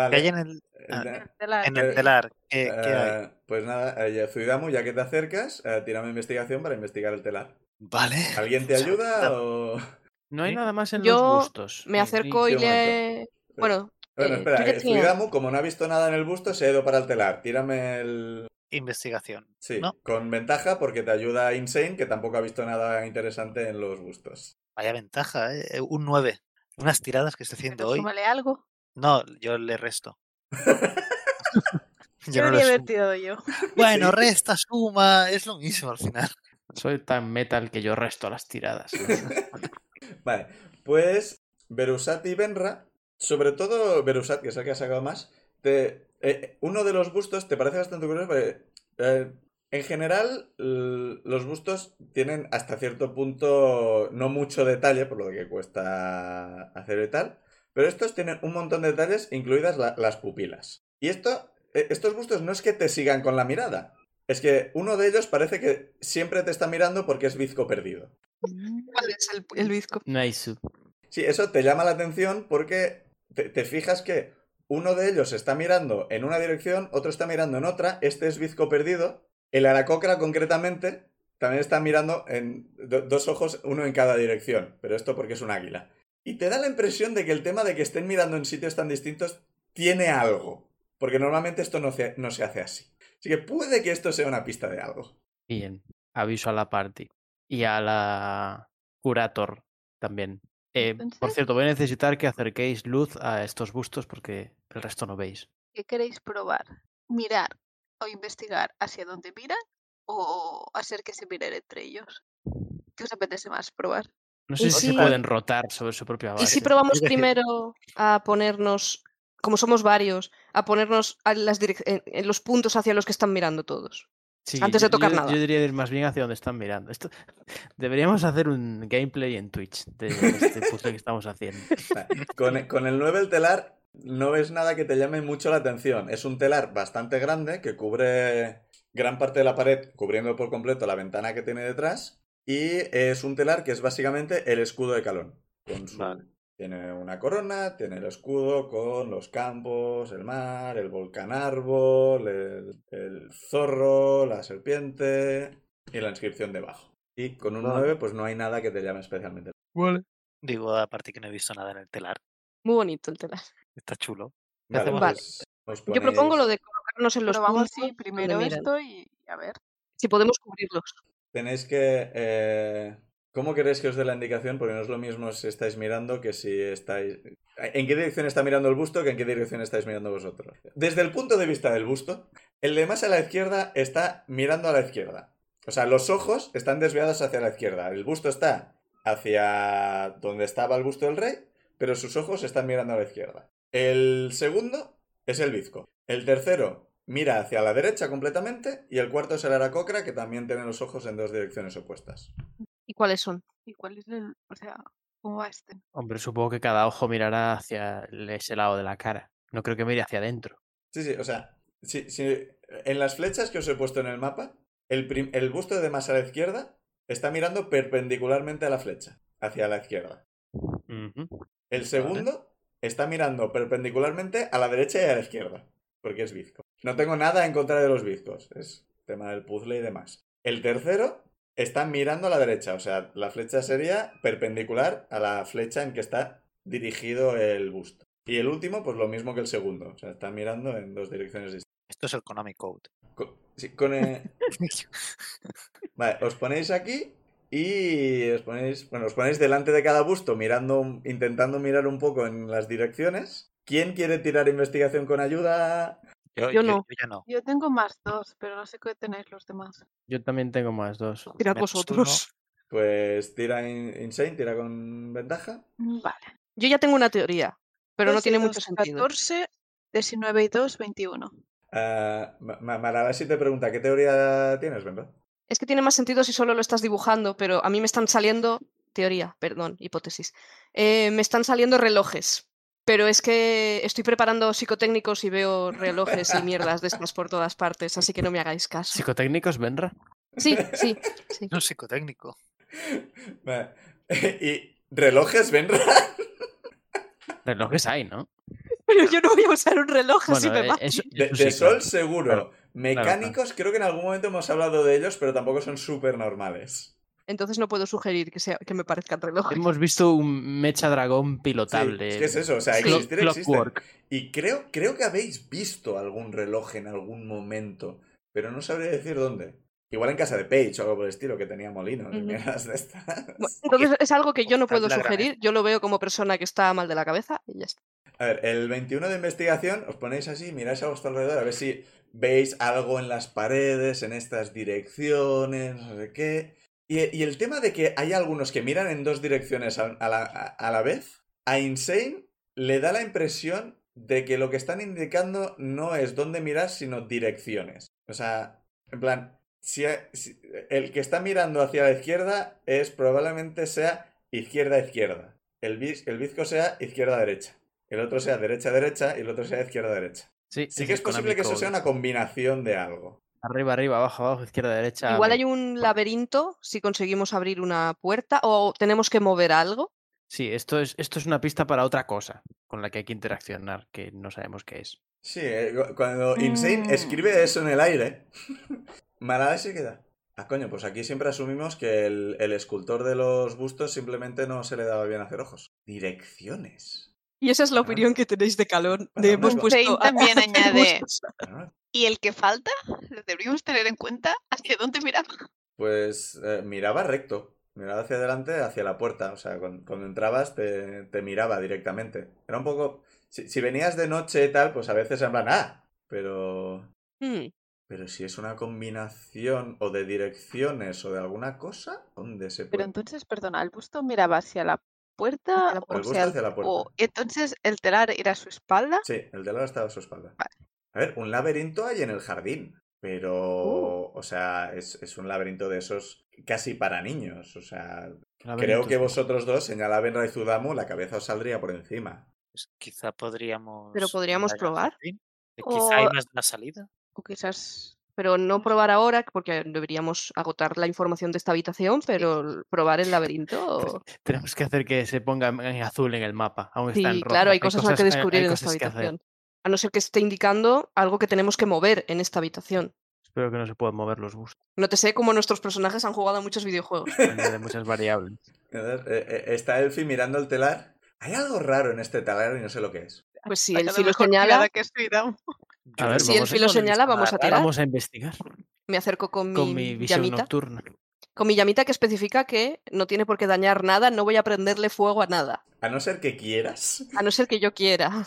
[SPEAKER 6] hay
[SPEAKER 1] Vale.
[SPEAKER 6] en el, Ah,
[SPEAKER 1] Eh,
[SPEAKER 3] Zelda,
[SPEAKER 6] en
[SPEAKER 1] Eh,
[SPEAKER 6] el telar? ¿Qué, qué hay?
[SPEAKER 1] eh, pues nada, eh, Zuidamu, ya que te acercas, eh, tírame investigación para investigar el telar.
[SPEAKER 6] Vale.
[SPEAKER 1] ¿Alguien te
[SPEAKER 6] Pues
[SPEAKER 1] ayuda
[SPEAKER 6] ahorita-
[SPEAKER 1] o...?
[SPEAKER 5] Eh,
[SPEAKER 4] No hay
[SPEAKER 6] Sí.
[SPEAKER 4] nada más en
[SPEAKER 5] Yo
[SPEAKER 4] los bustos.
[SPEAKER 5] Me acerco
[SPEAKER 1] sí,
[SPEAKER 5] y
[SPEAKER 1] un momento.
[SPEAKER 5] le... Bueno,
[SPEAKER 1] Bueno,
[SPEAKER 5] Eh,
[SPEAKER 1] espera,
[SPEAKER 5] yo ya
[SPEAKER 1] eh,
[SPEAKER 5] tenía-
[SPEAKER 1] Zuidamu, como no ha visto nada en el busto, se ha ido para el telar. Tírame el...
[SPEAKER 6] Investigación.
[SPEAKER 1] Sí,
[SPEAKER 6] No.
[SPEAKER 1] con ventaja porque te ayuda Insane, que tampoco ha visto nada interesante en los bustos.
[SPEAKER 6] Vaya ventaja, ¿eh? Eh, Un 9. Unas tiradas que estoy haciendo
[SPEAKER 3] pero
[SPEAKER 6] hoy.
[SPEAKER 3] súmale algo.
[SPEAKER 6] No, yo le resto. yo
[SPEAKER 3] Yo
[SPEAKER 6] no
[SPEAKER 3] me
[SPEAKER 6] le
[SPEAKER 3] he
[SPEAKER 6] sumo.
[SPEAKER 3] divertido yo.
[SPEAKER 6] Bueno,
[SPEAKER 1] Sí.
[SPEAKER 6] resta, suma, es lo mismo al final.
[SPEAKER 4] Soy tan metal que yo resto las tiradas.
[SPEAKER 1] Vale, pues Berusat y Benra, sobre todo Berusat, que es el que ha sacado más, te- eh, uno de los bustos te parece bastante curioso porque eh, en general l- los bustos tienen hasta cierto punto no mucho detalle, por lo que cuesta hacer y tal, pero estos tienen un montón de detalles, incluidas la- las pupilas. Y esto, eh, estos bustos no es que te sigan con la mirada, es que uno de ellos parece que siempre te está mirando porque es bizco perdido.
[SPEAKER 3] Mm,
[SPEAKER 5] ¿cuál es el, el bizco?
[SPEAKER 4] Nice.
[SPEAKER 1] Sí, eso te llama la atención porque te, te fijas que uno de ellos está mirando en una dirección, otro está mirando en otra, este es bizco perdido, el aracocra concretamente también está mirando en do- dos ojos, uno en cada dirección, pero esto porque es un águila. Y te da la impresión de que el tema de que estén mirando en sitios tan distintos tiene algo, porque normalmente esto no se, no se hace así. Así que puede que esto sea una pista de algo.
[SPEAKER 4] Bien. Aviso a la party. Y a la curator también. Eh, por
[SPEAKER 3] Entonces-
[SPEAKER 4] cierto, voy a necesitar que acerquéis luz a estos bustos porque el resto no veis.
[SPEAKER 3] ¿Qué queréis probar? ¿Mirar o investigar hacia dónde miran o hacer que se miren entre ellos? ¿Qué os apetece más probar?
[SPEAKER 4] No
[SPEAKER 5] Y
[SPEAKER 4] sé si
[SPEAKER 5] si-
[SPEAKER 4] se pueden rotar sobre su propia base.
[SPEAKER 5] Y si probamos
[SPEAKER 6] Yo decía-
[SPEAKER 5] primero a ponernos, como somos varios, a ponernos a las direc- en, en los puntos hacia los que están mirando todos.
[SPEAKER 4] Sí,
[SPEAKER 5] antes de
[SPEAKER 4] yo-
[SPEAKER 5] tocar
[SPEAKER 4] yo-
[SPEAKER 5] nada.
[SPEAKER 4] Yo diría ir más bien hacia donde están mirando. Esto... Deberíamos hacer un gameplay en Twitch de este puzzle que estamos haciendo.
[SPEAKER 1] Con, con el 9 el telar no ves nada que te llame mucho la atención. Es un telar bastante grande que cubre gran parte de la pared, cubriendo por completo la ventana que tiene detrás. Y es un telar que es básicamente el escudo de Calón. Con su-
[SPEAKER 6] Vale.
[SPEAKER 1] Tiene una corona, tiene el escudo con los campos, el mar, el volcán árbol, el, el zorro, la serpiente y la inscripción debajo. Y con un
[SPEAKER 6] Vale.
[SPEAKER 1] 9 pues no hay nada que te llame especialmente.
[SPEAKER 6] Digo, aparte que no he visto nada en el telar.
[SPEAKER 5] Muy bonito el telar.
[SPEAKER 6] Está chulo. ¿Qué
[SPEAKER 1] Vale,
[SPEAKER 6] hacemos?
[SPEAKER 5] Vale.
[SPEAKER 1] pues os
[SPEAKER 5] Yo propongo
[SPEAKER 1] ponéis-
[SPEAKER 5] lo de colocarnos en los
[SPEAKER 3] Probamos
[SPEAKER 5] puntos,
[SPEAKER 3] sí,
[SPEAKER 5] donde
[SPEAKER 3] primero
[SPEAKER 5] miran,
[SPEAKER 3] esto y a ver.
[SPEAKER 5] si podemos cubrirlos.
[SPEAKER 1] Tenéis que... eh, ¿Cómo queréis que os dé la indicación? Porque no es lo mismo si estáis mirando que si estáis... ¿En qué dirección está mirando el busto que en qué dirección estáis mirando vosotros? Desde el punto de vista del busto, el de más a la izquierda está mirando a la izquierda. O sea, los ojos están desviados hacia la izquierda. El busto está hacia donde estaba el busto del rey, pero sus ojos están mirando a la izquierda. El segundo es el bizco. El tercero mira hacia la derecha completamente y el cuarto es el aracocra que también tiene los ojos en dos direcciones opuestas.
[SPEAKER 5] ¿Y cuáles son?
[SPEAKER 3] ¿Y cuál es el...? O sea, ¿cómo va este?
[SPEAKER 4] Hombre, supongo que cada ojo mirará hacia el- ese lado de la cara. No creo que mire hacia adentro.
[SPEAKER 1] Sí, sí, o sea, sí, sí, en las flechas que os he puesto en el mapa, el, prim- el busto de más a la izquierda está mirando perpendicularmente a la flecha, hacia la izquierda.
[SPEAKER 4] Ujú.
[SPEAKER 1] El segundo está mirando perpendicularmente a la derecha y a la izquierda, porque es bizco. No tengo nada en contra de los bizcos, es tema del puzzle y demás. El tercero está mirando a la derecha, o sea, la flecha sería perpendicular a la flecha en que está dirigido el busto. Y el último, pues lo mismo que el segundo, o sea, está mirando en dos direcciones distintas.
[SPEAKER 6] Esto es el Konami Code.
[SPEAKER 1] Co- sí, con, eh, Vale, os ponéis aquí y os ponéis, bueno, os ponéis delante de cada busto, mirando, intentando mirar un poco en las direcciones. ¿Quién quiere tirar investigación con ayuda?
[SPEAKER 6] Yo,
[SPEAKER 5] Yo no.
[SPEAKER 6] ya no.
[SPEAKER 3] Yo tengo más dos, pero no sé qué tenéis los demás.
[SPEAKER 4] Yo también tengo más dos.
[SPEAKER 5] Tirad
[SPEAKER 6] Menos
[SPEAKER 5] vosotros.
[SPEAKER 1] Pues tira in- Insane, tira con ventaja.
[SPEAKER 3] Mm, Vale.
[SPEAKER 5] Yo ya tengo una teoría, pero no
[SPEAKER 3] 12 y
[SPEAKER 5] tiene
[SPEAKER 3] 2,
[SPEAKER 5] mucho sentido.
[SPEAKER 3] 14, 19 y 2, 21.
[SPEAKER 1] Ah, Ma- Ma- Maralasi te pregunta, ¿qué teoría tienes, verdad?
[SPEAKER 5] Es que tiene más sentido si solo lo estás dibujando, pero a mí me están saliendo, teoría, perdón, hipótesis, Eh, me están saliendo relojes, pero es que estoy preparando psicotécnicos y veo relojes y mierdas de estas por todas partes, así que no me hagáis caso.
[SPEAKER 4] Psicotécnicos, Benra.
[SPEAKER 5] Sí, sí, sí.
[SPEAKER 6] No es psicotécnico.
[SPEAKER 1] Vale. ¿Y relojes, Benra?
[SPEAKER 4] Relojes hay, ¿no?
[SPEAKER 5] Pero yo no voy a usar un reloj así
[SPEAKER 4] Bueno,
[SPEAKER 5] me
[SPEAKER 4] eh,
[SPEAKER 5] va.
[SPEAKER 4] eso-
[SPEAKER 1] De,
[SPEAKER 4] eso
[SPEAKER 1] de
[SPEAKER 4] sí,
[SPEAKER 1] Sol
[SPEAKER 4] claro.
[SPEAKER 1] seguro.
[SPEAKER 4] Claro,
[SPEAKER 1] Mecánicos, creo que en algún momento hemos hablado de ellos, pero tampoco son súper normales.
[SPEAKER 5] Entonces no puedo sugerir que, sea, que me parezcan relojes.
[SPEAKER 4] Hemos visto un mecha dragón pilotable.
[SPEAKER 1] es que es eso, o sea,
[SPEAKER 5] Sí.
[SPEAKER 1] existir existe.
[SPEAKER 4] Clockwork.
[SPEAKER 1] Y creo, creo que habéis visto algún reloj en algún momento, pero no sabría decir dónde. Igual en casa de Page o algo por el estilo, que tenía molino,
[SPEAKER 5] Ujú.
[SPEAKER 1] de estas.
[SPEAKER 5] Bueno, entonces es algo que yo no
[SPEAKER 6] Ostras,
[SPEAKER 5] puedo
[SPEAKER 6] la gran
[SPEAKER 5] sugerir, yo lo veo como persona que está mal de la cabeza y ya está.
[SPEAKER 1] A ver, el 21 de investigación, os ponéis así, miráis a vuestro alrededor, a ver si veis algo en las paredes, en estas direcciones, no sé qué. Y, y el tema de que hay algunos que miran en dos direcciones al- a, la, a- a la vez, a Insane le da la impresión de que lo que están indicando no es dónde mirar, sino direcciones. O sea, en plan, si, si- el que está mirando hacia la izquierda es probablemente sea izquierda-izquierda. El, bis- el bizco sea izquierda-derecha el otro sea derecha derecha y el otro sea izquierda derecha.
[SPEAKER 4] Sí,
[SPEAKER 1] Sí
[SPEAKER 4] es
[SPEAKER 1] que
[SPEAKER 4] el
[SPEAKER 1] es posible que eso
[SPEAKER 4] Konami
[SPEAKER 1] sea
[SPEAKER 4] Code.
[SPEAKER 1] una combinación de algo.
[SPEAKER 4] Arriba, arriba, abajo, abajo, izquierda, derecha.
[SPEAKER 5] Igual hay
[SPEAKER 4] medio.
[SPEAKER 5] un laberinto si conseguimos abrir una puerta o tenemos que mover algo.
[SPEAKER 4] Sí, esto es, esto es una pista para otra cosa con la que hay que interaccionar, que no sabemos qué es.
[SPEAKER 1] Sí, eh, cu- cuando Insane
[SPEAKER 3] Mm.
[SPEAKER 1] escribe eso en el aire, Malala se queda. Ah, coño, pues aquí siempre asumimos que el, el escultor de los bustos simplemente no se le daba bien hacer ojos. Direcciones.
[SPEAKER 5] Y esa es la
[SPEAKER 1] Ah.
[SPEAKER 5] opinión que tenéis de Calón.
[SPEAKER 1] Bueno,
[SPEAKER 5] De hemos
[SPEAKER 1] no-
[SPEAKER 5] puesto
[SPEAKER 3] Insane
[SPEAKER 5] a-
[SPEAKER 3] también
[SPEAKER 5] a hacer
[SPEAKER 3] añade-
[SPEAKER 5] buzos.
[SPEAKER 1] Ah,
[SPEAKER 3] ¿Y el que falta? ¿Lo deberíamos tener en cuenta? ¿Hacia dónde miraba?
[SPEAKER 1] Pues eh, miraba recto. Miraba hacia adelante, hacia la puerta. O sea, cuando, cuando entrabas te, te miraba directamente. Era un poco... Si, si venías de noche y tal, pues a veces en plan, ah, pero...
[SPEAKER 4] Mm.
[SPEAKER 5] Hmm,
[SPEAKER 1] Pero si es una combinación o de direcciones o de alguna cosa, ¿dónde se
[SPEAKER 3] Pero
[SPEAKER 1] puede?
[SPEAKER 3] entonces, perdona, ¿el busto miraba hacia la puerta?
[SPEAKER 5] Hacia la
[SPEAKER 3] o
[SPEAKER 1] El busto
[SPEAKER 3] sea,
[SPEAKER 1] hacia la puerta.
[SPEAKER 3] o- entonces, ¿el telar era a su espalda?
[SPEAKER 1] Sí, el de lado estaba a su espalda.
[SPEAKER 3] Vale.
[SPEAKER 1] A ver, un laberinto hay en el jardín,
[SPEAKER 3] Uh.
[SPEAKER 1] pero, o sea, es, es un laberinto de esos casi para niños. O sea, creo que vosotros dos, señala Ben Raizudamu, la cabeza os saldría por encima.
[SPEAKER 6] Pues quizá podríamos.
[SPEAKER 5] podríamos
[SPEAKER 6] indagar
[SPEAKER 5] probar.
[SPEAKER 6] por fin. Eh, Quizá hay
[SPEAKER 3] O-
[SPEAKER 6] más de una salida.
[SPEAKER 3] O quizás...
[SPEAKER 5] Pero no probar ahora, porque deberíamos agotar la información de esta habitación, pero l- probar el laberinto.
[SPEAKER 4] Tenemos que hacer que se ponga en en azul en el mapa, aunque está en
[SPEAKER 5] Sí,
[SPEAKER 4] pues rojo.
[SPEAKER 5] claro, hay cosas más que
[SPEAKER 4] hay-
[SPEAKER 5] descubrir
[SPEAKER 4] hay
[SPEAKER 5] en esta
[SPEAKER 4] cosas que hacer.
[SPEAKER 5] habitación. A no ser que esté indicando algo que tenemos que mover en esta habitación.
[SPEAKER 4] Espero que no se puedan mover los bustos.
[SPEAKER 5] No te sé cómo nuestros personajes han jugado a muchos videojuegos.
[SPEAKER 4] depende de muchas variables.
[SPEAKER 1] Entonces, eh, eh, está Elfi mirando el telar. Hay algo raro en este telar y no sé lo que es.
[SPEAKER 5] Pues si
[SPEAKER 3] saca
[SPEAKER 5] el
[SPEAKER 3] la
[SPEAKER 5] filo
[SPEAKER 3] mejor
[SPEAKER 5] señala,
[SPEAKER 3] mirada que soy, Dao.
[SPEAKER 6] Yo
[SPEAKER 4] ver,
[SPEAKER 6] creo
[SPEAKER 5] si
[SPEAKER 6] que
[SPEAKER 5] el
[SPEAKER 4] vamos a
[SPEAKER 5] filo
[SPEAKER 6] con
[SPEAKER 5] señala,
[SPEAKER 6] esta
[SPEAKER 5] vamos a
[SPEAKER 6] rara-
[SPEAKER 5] tirar.
[SPEAKER 4] Vamos a investigar
[SPEAKER 5] Me acerco con mi,
[SPEAKER 4] con mi visión
[SPEAKER 5] llamita.
[SPEAKER 4] nocturna.
[SPEAKER 5] Con mi llamita que especifica que no tiene por qué dañar nada, no voy a prenderle fuego a nada.
[SPEAKER 1] A no ser que quieras.
[SPEAKER 5] A no ser que yo quiera.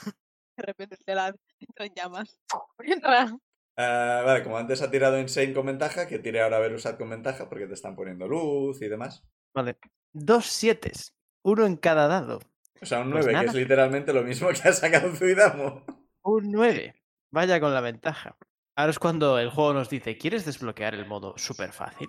[SPEAKER 3] De repente el telar entra en llamas. Entra.
[SPEAKER 1] Ah, vale, como antes ha tirado Insane con ventaja, que tire ahora Verusat con ventaja porque te están poniendo luz y demás.
[SPEAKER 4] Vale. Dos siete Uno en cada dado.
[SPEAKER 1] O sea, un
[SPEAKER 4] Pues
[SPEAKER 1] 9, que
[SPEAKER 4] nada.
[SPEAKER 1] es literalmente lo mismo que ha sacado Zuidamo.
[SPEAKER 4] Un 9. Vaya con la ventaja. Ahora es cuando el juego nos dice, ¿quieres desbloquear el modo súper fácil?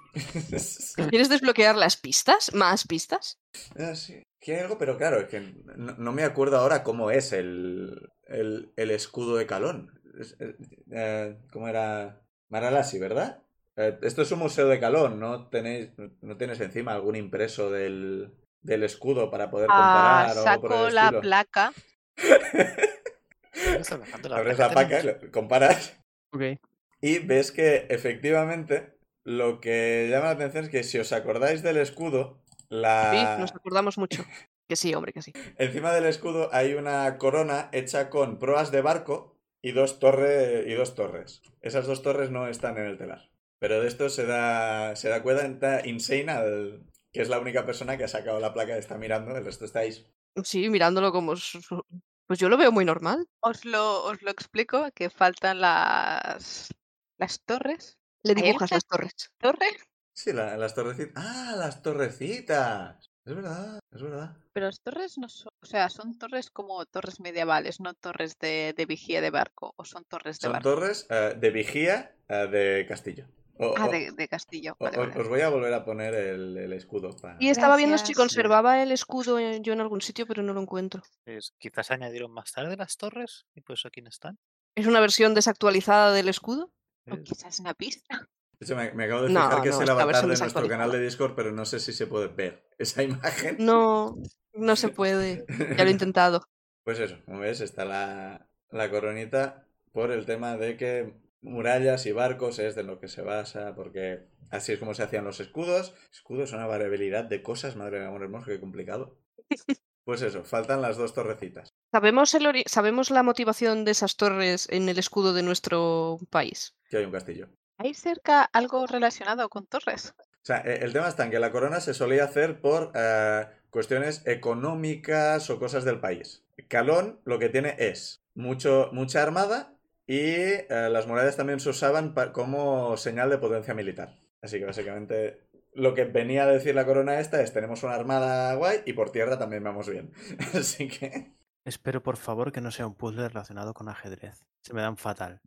[SPEAKER 5] ¿Quieres desbloquear las pistas? ¿Más pistas?
[SPEAKER 1] Ah, sí. Que hay algo, pero claro, es que no, no me acuerdo ahora cómo es el, el, el escudo de Calón. Es- eh, eh, ¿Cómo era? Maralasi, ¿verdad? Eh, esto es un museo de Calón, ¿no tenéis no tienes encima algún impreso del, del escudo para poder
[SPEAKER 3] Ah,
[SPEAKER 1] comparar o algo por
[SPEAKER 3] saco
[SPEAKER 1] el
[SPEAKER 3] la
[SPEAKER 1] estilo?
[SPEAKER 3] placa.
[SPEAKER 6] Ahora está bajando la
[SPEAKER 1] Abres
[SPEAKER 6] placa,
[SPEAKER 1] la placa,
[SPEAKER 6] tenemos-
[SPEAKER 1] lo- comparas
[SPEAKER 4] Ok.
[SPEAKER 1] Y ves que efectivamente lo que llama la atención es que si os acordáis del escudo,
[SPEAKER 5] Sí,
[SPEAKER 1] la...
[SPEAKER 5] nos acordamos mucho. Que sí, hombre, que sí.
[SPEAKER 1] encima del escudo hay una corona hecha con proas de barco y dos, torre- y dos torres. Esas dos torres no están en el telar. Pero de esto se da, se da cuenta Insane, al- que es la única persona que ha sacado la placa y está mirando, el resto estáis.
[SPEAKER 5] Sí, mirándolo como... su- su- Pues yo lo veo muy normal.
[SPEAKER 3] Os lo, os lo explico, que faltan las, las torres.
[SPEAKER 5] Le
[SPEAKER 3] ¿A él
[SPEAKER 5] dibujas
[SPEAKER 3] qué?
[SPEAKER 5] las torres.
[SPEAKER 3] ¿Torres?
[SPEAKER 1] Sí, la- las torrecitas. ¡Ah, las torrecitas! Es verdad, es verdad.
[SPEAKER 3] Pero las torres no son, o sea, son torres como torres medievales, no torres de, de vigía de barco, o son torres de
[SPEAKER 1] Son
[SPEAKER 3] barco.
[SPEAKER 1] torres eh, de vigía eh, de castillo. O-
[SPEAKER 3] Ah,
[SPEAKER 1] o-
[SPEAKER 3] de, de castillo.
[SPEAKER 1] O-
[SPEAKER 3] Vale,
[SPEAKER 1] o-
[SPEAKER 3] vale.
[SPEAKER 1] Os voy a volver a poner el, el escudo. para-
[SPEAKER 5] Y estaba viendo si
[SPEAKER 3] Gracias.
[SPEAKER 5] conservaba el escudo en- yo en algún sitio, pero no lo encuentro.
[SPEAKER 6] pues, quizás añadieron más tarde las torres y pues aquí no están.
[SPEAKER 5] ¿Es una versión desactualizada del escudo?
[SPEAKER 3] O quizás una pista.
[SPEAKER 1] De hecho, me, me acabo de
[SPEAKER 5] No,
[SPEAKER 1] fijar que
[SPEAKER 5] no,
[SPEAKER 1] es el
[SPEAKER 5] esta
[SPEAKER 1] avatar
[SPEAKER 5] versión
[SPEAKER 1] de nuestro
[SPEAKER 5] desactualizada.
[SPEAKER 1] canal de Discord, pero no sé si se puede ver esa imagen.
[SPEAKER 5] No, no se puede. Ya lo he intentado.
[SPEAKER 1] Pues eso, como ves, está la, la coronita por el tema de que murallas y barcos es de lo que se basa, porque así es como se hacían los escudos. Escudos son una variabilidad de cosas, madre de amor hermoso, qué complicado. Pues eso, faltan las dos torrecitas.
[SPEAKER 5] ¿Sabemos, el ori- ¿Sabemos la motivación de esas torres en el escudo de nuestro país?
[SPEAKER 1] Que hay un castillo.
[SPEAKER 3] ¿Hay cerca algo relacionado con torres?
[SPEAKER 1] O sea, e- el tema está en que la corona se solía hacer por eh, cuestiones económicas o cosas del país. Calón lo que tiene es mucho, mucha armada y eh, las murallas también se usaban pa- como señal de potencia militar. Así que básicamente lo que venía a decir la corona esta es tenemos una armada guay y por tierra también vamos bien. Así que...
[SPEAKER 4] Espero por favor que no sea un puzzle relacionado con ajedrez. Se me dan fatal.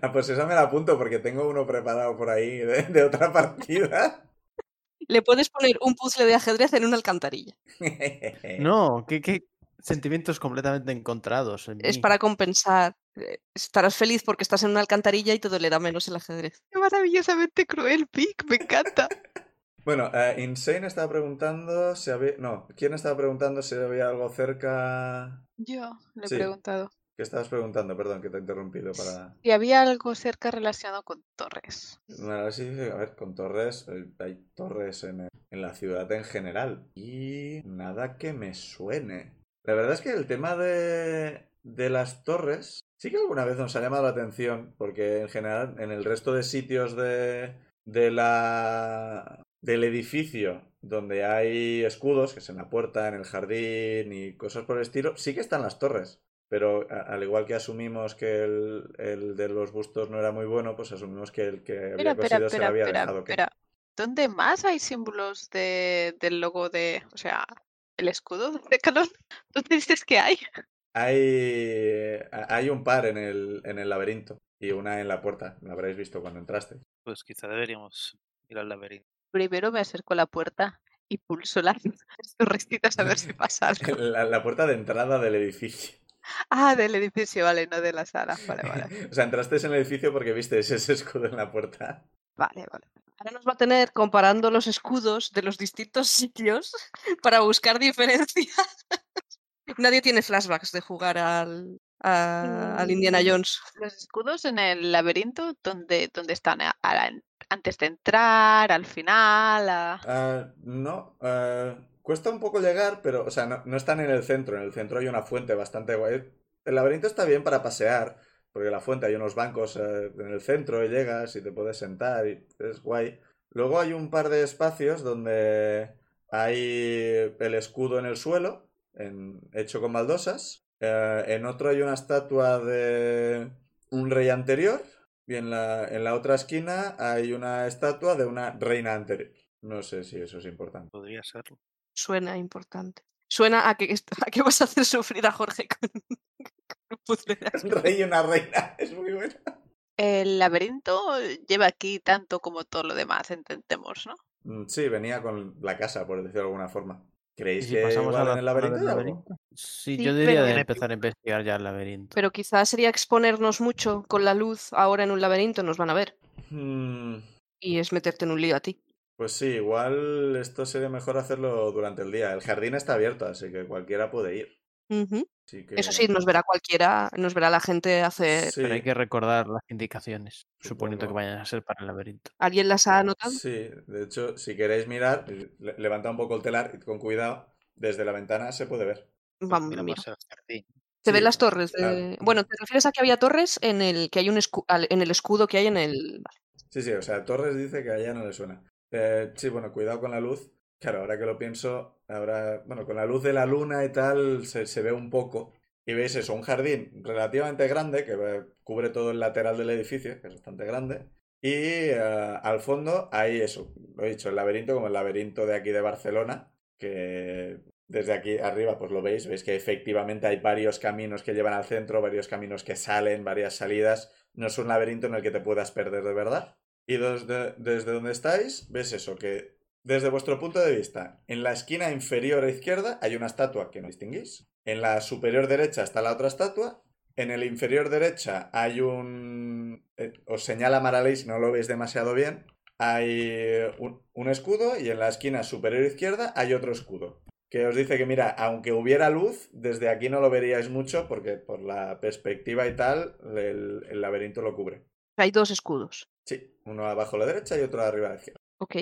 [SPEAKER 1] Ah, pues esa me la apunto porque tengo uno preparado por ahí de- de otra partida.
[SPEAKER 5] Le puedes poner un puzzle de ajedrez en una alcantarilla.
[SPEAKER 1] Eh,
[SPEAKER 4] No, qué, qué sentimientos completamente encontrados. en
[SPEAKER 5] Es
[SPEAKER 4] mí.
[SPEAKER 5] para compensar. Eh, Estarás feliz porque estás en una alcantarilla y te dolerá menos el ajedrez.
[SPEAKER 3] Qué maravillosamente cruel, Pic, me encanta.
[SPEAKER 1] Bueno, eh, Insane estaba preguntando si había... No, ¿quién estaba preguntando si había algo cerca...
[SPEAKER 3] Yo le he
[SPEAKER 1] Sí.
[SPEAKER 3] preguntado
[SPEAKER 1] ¿Qué estabas preguntando? Perdón, que te he interrumpido para...
[SPEAKER 3] si había algo cerca relacionado con torres.
[SPEAKER 1] Bueno, ahora sí dice, a ver, con torres, eh, hay torres en, el- en la ciudad en general. Y nada que me suene. La verdad es que el tema de, de las torres sí que alguna vez nos ha llamado la atención, porque en general en el resto de sitios de, de la, del edificio donde hay escudos, que es en la puerta, en el jardín y cosas por el estilo, sí que están las torres. Pero a- al igual que asumimos que el, el de los bustos no era muy bueno, pues asumimos que el que había
[SPEAKER 3] Espera, espera,
[SPEAKER 1] cosido se le
[SPEAKER 3] espera,
[SPEAKER 1] había
[SPEAKER 3] espera,
[SPEAKER 1] dejado que.
[SPEAKER 3] espera. ¿Dónde más hay símbolos de, del logo de, o sea, el escudo de Calón? ¿Dónde dices que hay?
[SPEAKER 1] Hay, a- hay un par en el, en el laberinto y una en la puerta. Lo habréis visto cuando entraste.
[SPEAKER 6] Pues quizá deberíamos ir al laberinto.
[SPEAKER 3] Primero me acerco a la puerta y pulso las las torrecitas a ver si pasa algo.
[SPEAKER 1] La, la puerta de entrada del edificio.
[SPEAKER 3] Ah, del edificio, vale, no de la sala. Vale, vale.
[SPEAKER 1] O sea, entraste en el edificio porque viste ese escudo en la puerta.
[SPEAKER 3] Vale, vale.
[SPEAKER 5] Ahora nos va a tener comparando los escudos de los distintos sitios para buscar diferencias. Nadie tiene flashbacks de jugar al, a- al Indiana
[SPEAKER 3] Mm.
[SPEAKER 5] Jones.
[SPEAKER 3] Los escudos en el laberinto, ¿dónde, dónde están? A- a la- antes de entrar, al final, a-
[SPEAKER 1] Ah, no, ah, cuesta un poco llegar, pero, o sea, no, no están en el centro. En el centro hay una fuente bastante guay. El laberinto está bien para pasear, porque la fuente hay unos bancos eh, en el centro y llegas y te puedes sentar y es guay. Luego hay un par de espacios donde hay el escudo en el suelo, en- hecho con baldosas. Eh, en otro hay una estatua de un rey anterior. Y en la, en la otra esquina hay una estatua de una reina anterior. No sé si eso es importante.
[SPEAKER 6] Podría serlo. pues,
[SPEAKER 5] Suena importante. Suena a que, est- a que vas a hacer sufrir a Jorge con, con un puzzle de ajedrez.
[SPEAKER 1] Un rey y una reina. Es muy buena.
[SPEAKER 3] El laberinto lleva aquí tanto como todo lo demás, entendemos, ¿no?
[SPEAKER 1] Mm, Sí, venía con la casa, por decirlo de alguna forma.
[SPEAKER 4] ¿Y
[SPEAKER 1] ¿Creéis
[SPEAKER 4] si
[SPEAKER 1] que
[SPEAKER 4] pasamos
[SPEAKER 1] igual en
[SPEAKER 4] a la
[SPEAKER 1] el
[SPEAKER 4] zona del
[SPEAKER 1] laberinto hay algo?
[SPEAKER 4] laberinto? Sí,
[SPEAKER 5] Sí,
[SPEAKER 4] yo
[SPEAKER 5] pero-
[SPEAKER 4] debería de empezar a investigar ya el laberinto.
[SPEAKER 5] Pero quizás sería exponernos mucho con la luz ahora en un laberinto, nos van a ver.
[SPEAKER 1] Mm,
[SPEAKER 5] Y es meterte en un lío a ti.
[SPEAKER 1] Pues sí, igual esto sería mejor hacerlo durante el día. El jardín está abierto, así que cualquiera puede ir.
[SPEAKER 5] Ujú.
[SPEAKER 1] Así que...
[SPEAKER 5] Eso sí, nos verá cualquiera, nos verá la gente hacer...
[SPEAKER 1] Sí,
[SPEAKER 4] Pero hay que recordar las indicaciones, suponiendo que
[SPEAKER 1] Supongo.
[SPEAKER 4] vayan a ser para el laberinto.
[SPEAKER 5] ¿Alguien las ha anotado?
[SPEAKER 1] sí. De hecho, si queréis mirar, le- levanta un poco el telar y con cuidado, desde la ventana se puede ver.
[SPEAKER 5] Vamos, lo
[SPEAKER 6] Miramos
[SPEAKER 5] miro.
[SPEAKER 6] el jardín.
[SPEAKER 5] Se ven
[SPEAKER 1] Sí,
[SPEAKER 5] las torres.
[SPEAKER 1] claro.
[SPEAKER 5] de- Bueno, ¿te refieres a que había torres en el que hay un escu- al- en el escudo que hay en el. Vale.
[SPEAKER 1] Sí, sí, o sea, Torres dice que a ella no le suena. Eh, sí, bueno, cuidado con la luz. Claro, ahora que lo pienso, ahora, bueno, con la luz de la luna y tal, se, se ve un poco. Y veis eso, un jardín relativamente grande que eh, cubre todo el lateral del edificio, que es bastante grande. Y eh, al fondo hay eso, lo he dicho, el laberinto, como el laberinto de aquí de Barcelona, que desde aquí arriba pues lo veis, veis que efectivamente hay varios caminos que llevan al centro, varios caminos que salen, varias salidas. No es un laberinto en el que te puedas perder de verdad. Y desde, desde donde estáis, ves eso, que desde vuestro punto de vista, en la esquina inferior a izquierda hay una estatua que no distinguís. En la superior derecha está la otra estatua. En el inferior derecha hay un... eh, os señala Maralei si no lo veis demasiado bien. Hay eh, un, un escudo y en la esquina superior izquierda hay otro escudo. Que os dice que, mira, aunque hubiera luz, desde aquí no lo veríais mucho porque por la perspectiva y tal, el- el laberinto lo cubre.
[SPEAKER 5] Hay dos escudos.
[SPEAKER 1] Sí, uno abajo a la derecha y otro arriba a la izquierda.
[SPEAKER 5] Ok.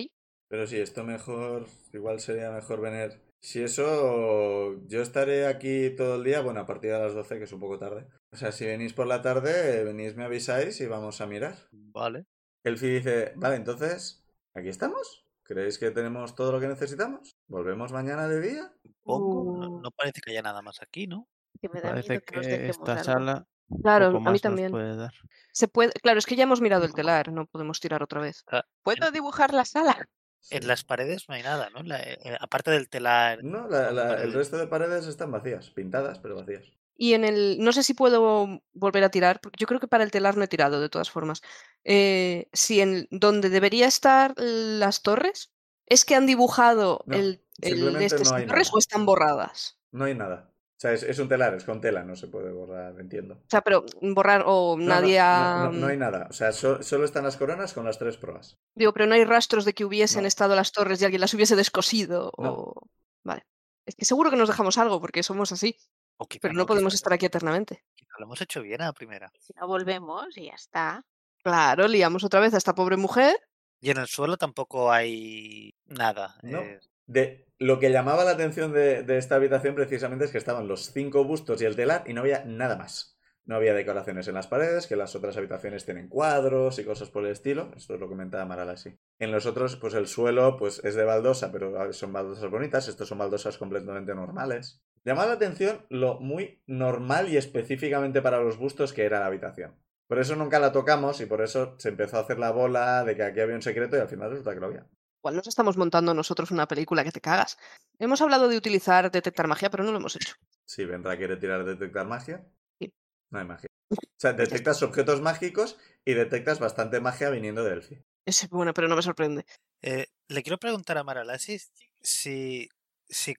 [SPEAKER 1] Pero sí, esto mejor, igual sería mejor venir. Si eso, yo estaré aquí todo el día, bueno, a partir de las 12, que es un poco tarde. O sea, si venís por la tarde, eh, venís, me avisáis y vamos a mirar.
[SPEAKER 6] Vale.
[SPEAKER 1] Elfi dice, vale, entonces, ¿aquí estamos? ¿Creéis que tenemos todo lo que necesitamos? ¿Volvemos mañana de día?
[SPEAKER 6] Pongo. No,
[SPEAKER 3] Uh.
[SPEAKER 6] no parece que haya nada más aquí, ¿no?
[SPEAKER 3] Que me da
[SPEAKER 4] Parece
[SPEAKER 3] miedo que nos
[SPEAKER 4] que
[SPEAKER 3] dejemos
[SPEAKER 4] esta
[SPEAKER 3] algo.
[SPEAKER 4] sala
[SPEAKER 5] Claro,
[SPEAKER 4] poco
[SPEAKER 5] a mí
[SPEAKER 4] más nos
[SPEAKER 5] también.
[SPEAKER 4] puede dar.
[SPEAKER 5] Se puede... Claro, es que ya hemos mirado el telar, no podemos tirar otra vez.
[SPEAKER 3] ¿Puedo dibujar la sala?
[SPEAKER 6] En las paredes no hay nada, ¿no? En la- eh, eh, aparte del telar.
[SPEAKER 1] No, la- la- el
[SPEAKER 6] Paredes.
[SPEAKER 1] resto de paredes están vacías, pintadas, pero vacías.
[SPEAKER 5] Y en el. No sé si puedo volver a tirar, porque yo creo que para el telar no he tirado, de todas formas. Eh, si en donde debería estar las torres, es que han dibujado
[SPEAKER 1] No,
[SPEAKER 5] el, el de
[SPEAKER 1] simplemente
[SPEAKER 5] este
[SPEAKER 1] no
[SPEAKER 5] sin
[SPEAKER 1] hay
[SPEAKER 5] torres
[SPEAKER 1] nada.
[SPEAKER 5] o están borradas.
[SPEAKER 1] No hay nada. O sea, es, es un telar, es con tela, no se puede borrar, entiendo.
[SPEAKER 5] O sea, pero borrar o
[SPEAKER 1] No, no,
[SPEAKER 5] nadie ha. mm,
[SPEAKER 1] No, no- no hay nada. O sea, so- solo están las coronas con las tres pruebas.
[SPEAKER 5] Digo, pero no hay rastros de que hubiesen
[SPEAKER 1] No.
[SPEAKER 5] estado las torres y alguien las hubiese descosido.
[SPEAKER 1] No.
[SPEAKER 5] O... Vale. Es que seguro que nos dejamos algo porque somos así,
[SPEAKER 6] o quizá
[SPEAKER 5] pero no
[SPEAKER 6] quizá
[SPEAKER 5] podemos estar aquí eternamente.
[SPEAKER 6] quizá lo hemos hecho bien a la primera.
[SPEAKER 3] Si no volvemos y ya está.
[SPEAKER 5] Claro, liamos otra vez a esta pobre mujer.
[SPEAKER 6] Y en el suelo tampoco hay nada.
[SPEAKER 1] No.
[SPEAKER 6] eh,
[SPEAKER 1] De, lo que llamaba la atención de, de esta habitación precisamente es que estaban los cinco bustos y el telar y no había nada más. No había decoraciones en las paredes, que las otras habitaciones tienen cuadros y cosas por el estilo. Esto es lo que comentaba Maral así. En los otros, pues el suelo pues es de baldosa, pero son baldosas bonitas. Estos son baldosas completamente normales. Llamaba la atención lo muy normal y específicamente para los bustos que era la habitación. Por eso nunca la tocamos y por eso se empezó a hacer la bola de que aquí había un secreto y al final resulta que lo había.
[SPEAKER 5] Igual nos estamos montando nosotros una película que te cagas. Hemos hablado de utilizar detectar magia, pero no lo hemos hecho.
[SPEAKER 1] Si Vendra quiere tirar detectar magia,
[SPEAKER 5] Sí.
[SPEAKER 1] no hay magia. O sea, detectas objetos mágicos y detectas bastante magia viniendo de Mm, Elfi.
[SPEAKER 5] Es bueno, pero no me sorprende.
[SPEAKER 6] eh, le quiero preguntar a Maralasi si, si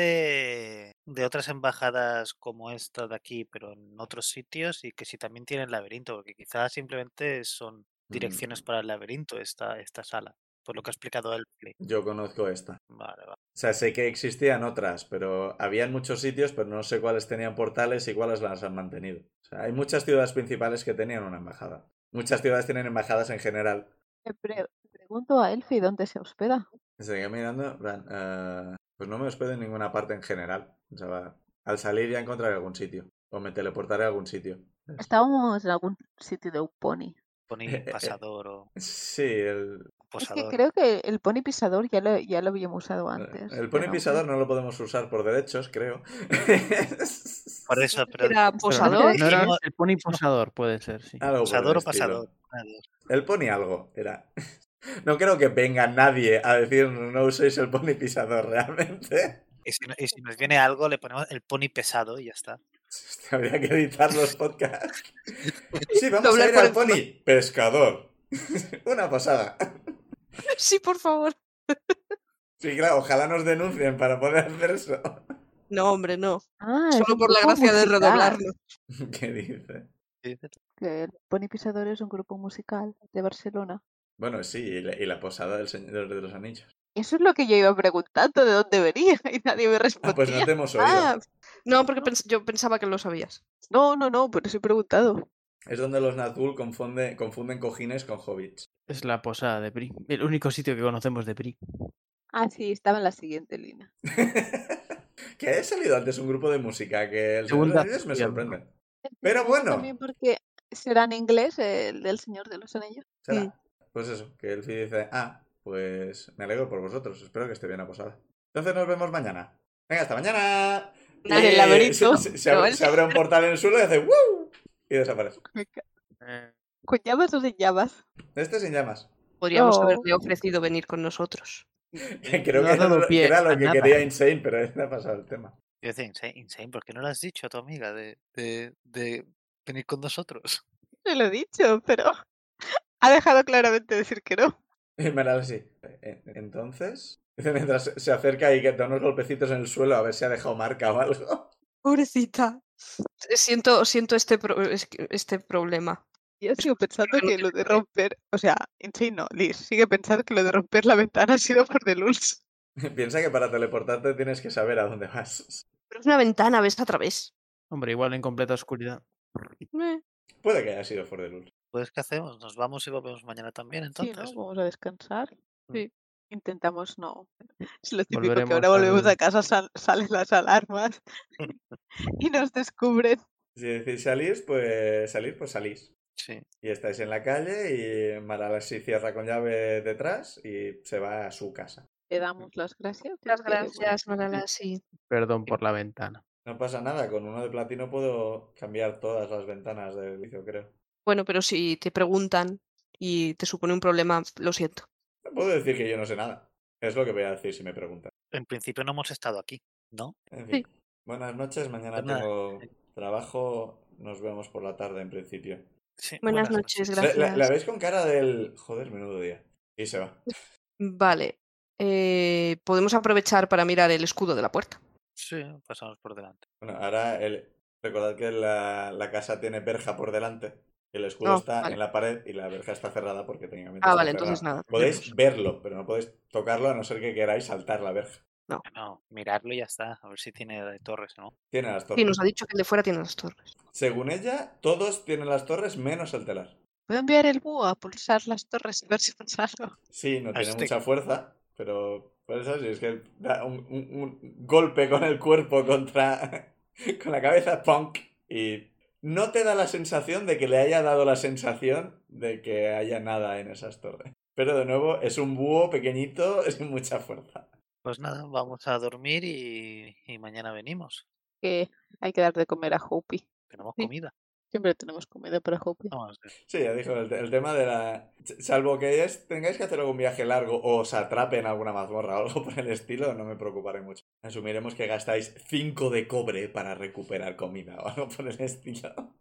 [SPEAKER 6] conoce de otras embajadas como esta de aquí, pero en otros sitios, y que si también tienen laberinto, porque quizás simplemente son
[SPEAKER 1] Mm.
[SPEAKER 6] direcciones para el laberinto esta, esta sala, por lo que ha explicado el play.
[SPEAKER 1] Yo conozco esta.
[SPEAKER 6] Vale, vale.
[SPEAKER 1] O sea, sé que existían otras, pero había en muchos sitios, pero no sé cuáles tenían portales y cuáles las han mantenido. O sea, hay muchas ciudades principales que tenían una embajada. Muchas ciudades tienen embajadas en general.
[SPEAKER 2] Le pre- pregunto a Elfi dónde se hospeda.
[SPEAKER 1] Seguía mirando, en plan, "Eh, pues no me hospedo en ninguna parte en general. O sea, va, al salir ya encontraré algún sitio. O me teleportaré a algún sitio.
[SPEAKER 2] Estábamos en algún sitio de un pony.
[SPEAKER 6] Pone pasador o
[SPEAKER 1] Sí, el,
[SPEAKER 2] Es que
[SPEAKER 6] posador.
[SPEAKER 2] creo que el pony pisador ya lo, ya lo habíamos usado
[SPEAKER 1] Eh,
[SPEAKER 2] antes.
[SPEAKER 1] El
[SPEAKER 2] pero
[SPEAKER 1] pony
[SPEAKER 2] no-
[SPEAKER 1] pisador no lo podemos usar por derechos, creo.
[SPEAKER 6] Por eso, pero
[SPEAKER 5] Era
[SPEAKER 4] Pero
[SPEAKER 5] posador.
[SPEAKER 4] No era
[SPEAKER 6] dijimos-
[SPEAKER 4] el pony posador, puede ser, sí.
[SPEAKER 1] Algo por el
[SPEAKER 6] posador o
[SPEAKER 1] estilo.
[SPEAKER 6] pasador. nadie.
[SPEAKER 1] El pony algo era. No creo que venga nadie a decir no uséis el pony pisador realmente.
[SPEAKER 6] Y si, no- y si nos viene algo, le ponemos el pony pesado y ya está.
[SPEAKER 1] Habría que editar los podcasts. Sí, vamos
[SPEAKER 5] Doblar
[SPEAKER 1] a ir al
[SPEAKER 5] por
[SPEAKER 1] pony. Pescador. Una pasada.
[SPEAKER 5] Sí, por favor.
[SPEAKER 1] Sí, claro, ojalá nos denuncien para poder hacer eso.
[SPEAKER 5] No, hombre, no.
[SPEAKER 3] Ah, es
[SPEAKER 5] Solo
[SPEAKER 3] un
[SPEAKER 5] por la
[SPEAKER 3] grupo
[SPEAKER 5] gracia de
[SPEAKER 3] musical,
[SPEAKER 5] redoblarlo.
[SPEAKER 1] ¿Qué dice?
[SPEAKER 3] Que el Pony Pisador es un grupo musical de Barcelona.
[SPEAKER 1] Bueno, sí, y la, y la posada del Señor de los Anillos.
[SPEAKER 3] Eso es lo que yo iba preguntando de dónde venía y nadie me
[SPEAKER 1] Ah,
[SPEAKER 3] respondía.
[SPEAKER 1] pues no te hemos oído.
[SPEAKER 5] Ah, no, porque pens- yo pensaba que lo sabías.
[SPEAKER 3] No, no, no, por eso he preguntado.
[SPEAKER 1] Es donde los Nazgûl confunde- confunden cojines con hobbits.
[SPEAKER 4] Es la posada de Pri. El único sitio que conocemos de Pri.
[SPEAKER 3] Ah, sí, estaba en la siguiente línea.
[SPEAKER 1] que haya salido antes un grupo de música que el Señor de
[SPEAKER 4] Segunda
[SPEAKER 1] los Anillos me
[SPEAKER 4] opción.
[SPEAKER 1] sorprende. Pero bueno.
[SPEAKER 3] También porque será en inglés eh, el del Señor de los Anillos.
[SPEAKER 1] ¿Será? Pues eso, que Elfi dice, ah, pues me alegro por vosotros, espero que esté bien la posada. Entonces nos vemos mañana. Venga, hasta mañana.
[SPEAKER 5] En el
[SPEAKER 1] Y
[SPEAKER 5] laberinto,
[SPEAKER 1] Se, se- se abre,
[SPEAKER 5] Eh, ¿no?
[SPEAKER 1] se abre un portal en el suelo y hace ¡Woo! Y desaparece.
[SPEAKER 3] ¿Con llamas o sin llamas?
[SPEAKER 1] Este sin llamas.
[SPEAKER 5] Podríamos
[SPEAKER 3] No.
[SPEAKER 5] haberle ofrecido venir con nosotros.
[SPEAKER 1] Creo
[SPEAKER 4] Eh, No
[SPEAKER 1] que,
[SPEAKER 4] ha
[SPEAKER 1] era
[SPEAKER 4] dado
[SPEAKER 1] lo,
[SPEAKER 4] pie
[SPEAKER 1] que era lo
[SPEAKER 4] a
[SPEAKER 1] que
[SPEAKER 4] nada.
[SPEAKER 1] quería Insane, pero él ha pasado el tema.
[SPEAKER 6] Yo decía, insane, insane, ¿por qué no lo has dicho a tu amiga de, de- de venir con nosotros?
[SPEAKER 3] Se lo he dicho, pero ha dejado claramente decir que no.
[SPEAKER 1] Y Meral así. "E- Entonces, dice mientras se- se acerca y que da unos golpecitos en el suelo a ver si ha dejado marca o algo.
[SPEAKER 5] Pobrecita. Eh, Siento, siento este, pro- es que- este problema.
[SPEAKER 3] Yo sigo pensando
[SPEAKER 5] no
[SPEAKER 3] que lo de romper, o sea, en sí no, Liz, sigue pensando que lo de romper la ventana ha sido por Delulz.
[SPEAKER 1] Piensa que para teleportarte tienes que saber a dónde vas.
[SPEAKER 5] Pero es una ventana, ves a través.
[SPEAKER 4] Hombre, igual en completa oscuridad.
[SPEAKER 5] Eh,
[SPEAKER 1] Puede que haya sido For the Loop.
[SPEAKER 6] Pues, ¿qué hacemos? ¿Nos vamos y volvemos mañana también,
[SPEAKER 3] Sí,
[SPEAKER 6] entonces?
[SPEAKER 3] ¿no? Vamos a descansar.
[SPEAKER 5] Sí.
[SPEAKER 3] Intentamos no. Es lo típico que
[SPEAKER 4] Volveremos
[SPEAKER 3] ahora volvemos
[SPEAKER 4] al-
[SPEAKER 3] a casa, sal- salen las alarmas y nos descubren.
[SPEAKER 1] Si decís salís, pues salís, pues salís.
[SPEAKER 6] Sí.
[SPEAKER 1] Y estáis en la calle y Maral así cierra con llave detrás y se va a su casa.
[SPEAKER 3] Le damos las gracias.
[SPEAKER 5] Muchas
[SPEAKER 3] porque, bueno,
[SPEAKER 5] gracias, Marala. eh, Sí.
[SPEAKER 4] Perdón por la ventana.
[SPEAKER 1] No pasa nada, con uno de platino puedo cambiar todas las ventanas del edificio, creo.
[SPEAKER 5] Bueno, pero si te preguntan y te supone un problema, lo siento.
[SPEAKER 1] No puedo decir que yo no sé nada. Es lo que voy a decir si me preguntan.
[SPEAKER 6] En principio no hemos estado aquí, ¿no?
[SPEAKER 1] En fin. Buenas noches, mañana
[SPEAKER 6] Pues nada.
[SPEAKER 1] tengo trabajo. Nos vemos por la tarde en principio.
[SPEAKER 6] Sí,
[SPEAKER 5] Buenas noches,
[SPEAKER 1] Le-
[SPEAKER 5] gracias.
[SPEAKER 1] La, la veis con cara del... Joder, menudo día. Y se va.
[SPEAKER 5] Vale. Eh, podemos aprovechar para mirar el escudo de la puerta.
[SPEAKER 6] Sí, pasamos por delante.
[SPEAKER 1] Bueno, ahora el... recordad que la, la casa tiene verja por delante. El escudo
[SPEAKER 5] No,
[SPEAKER 1] está
[SPEAKER 5] Oh, vale.
[SPEAKER 1] en la pared y la verja está cerrada porque técnicamente
[SPEAKER 5] Ah,
[SPEAKER 1] está
[SPEAKER 5] vale,
[SPEAKER 1] cerrada.
[SPEAKER 5] entonces nada.
[SPEAKER 1] Podéis verlo, pero no podéis tocarlo a no ser que queráis saltar la verja.
[SPEAKER 6] No, mirarlo y ya está, a ver si tiene de torres o no.
[SPEAKER 1] Tiene las
[SPEAKER 5] Sí,
[SPEAKER 1] torres.
[SPEAKER 5] nos ha dicho que el de fuera tiene las torres.
[SPEAKER 1] Según ella, todos tienen las torres menos el telar.
[SPEAKER 3] Puedo enviar el búho a pulsar las torres y ver si pasa algo.
[SPEAKER 1] Sí, no tiene
[SPEAKER 6] Este-
[SPEAKER 1] mucha fuerza, pero por eso sí, es que da un, un- un golpe con el cuerpo contra con la cabeza, punk, y no te da la sensación de que le haya dado la sensación de que haya nada en esas torres. Pero de nuevo, es un búho pequeñito sin mucha fuerza.
[SPEAKER 6] Pues nada, vamos a dormir y, y mañana venimos.
[SPEAKER 3] Que hay que dar de comer a Hopi.
[SPEAKER 6] Tenemos
[SPEAKER 3] Sí.
[SPEAKER 6] comida.
[SPEAKER 3] Siempre tenemos comida para Hopi.
[SPEAKER 6] Vamos, eh,
[SPEAKER 1] Sí, ya dijo, el, el tema de la... Salvo que es- tengáis que hacer algún viaje largo o os atrapen en alguna mazmorra o algo por el estilo, no me preocuparé mucho. Asumiremos que gastáis 5 de cobre para recuperar comida o algo por el estilo.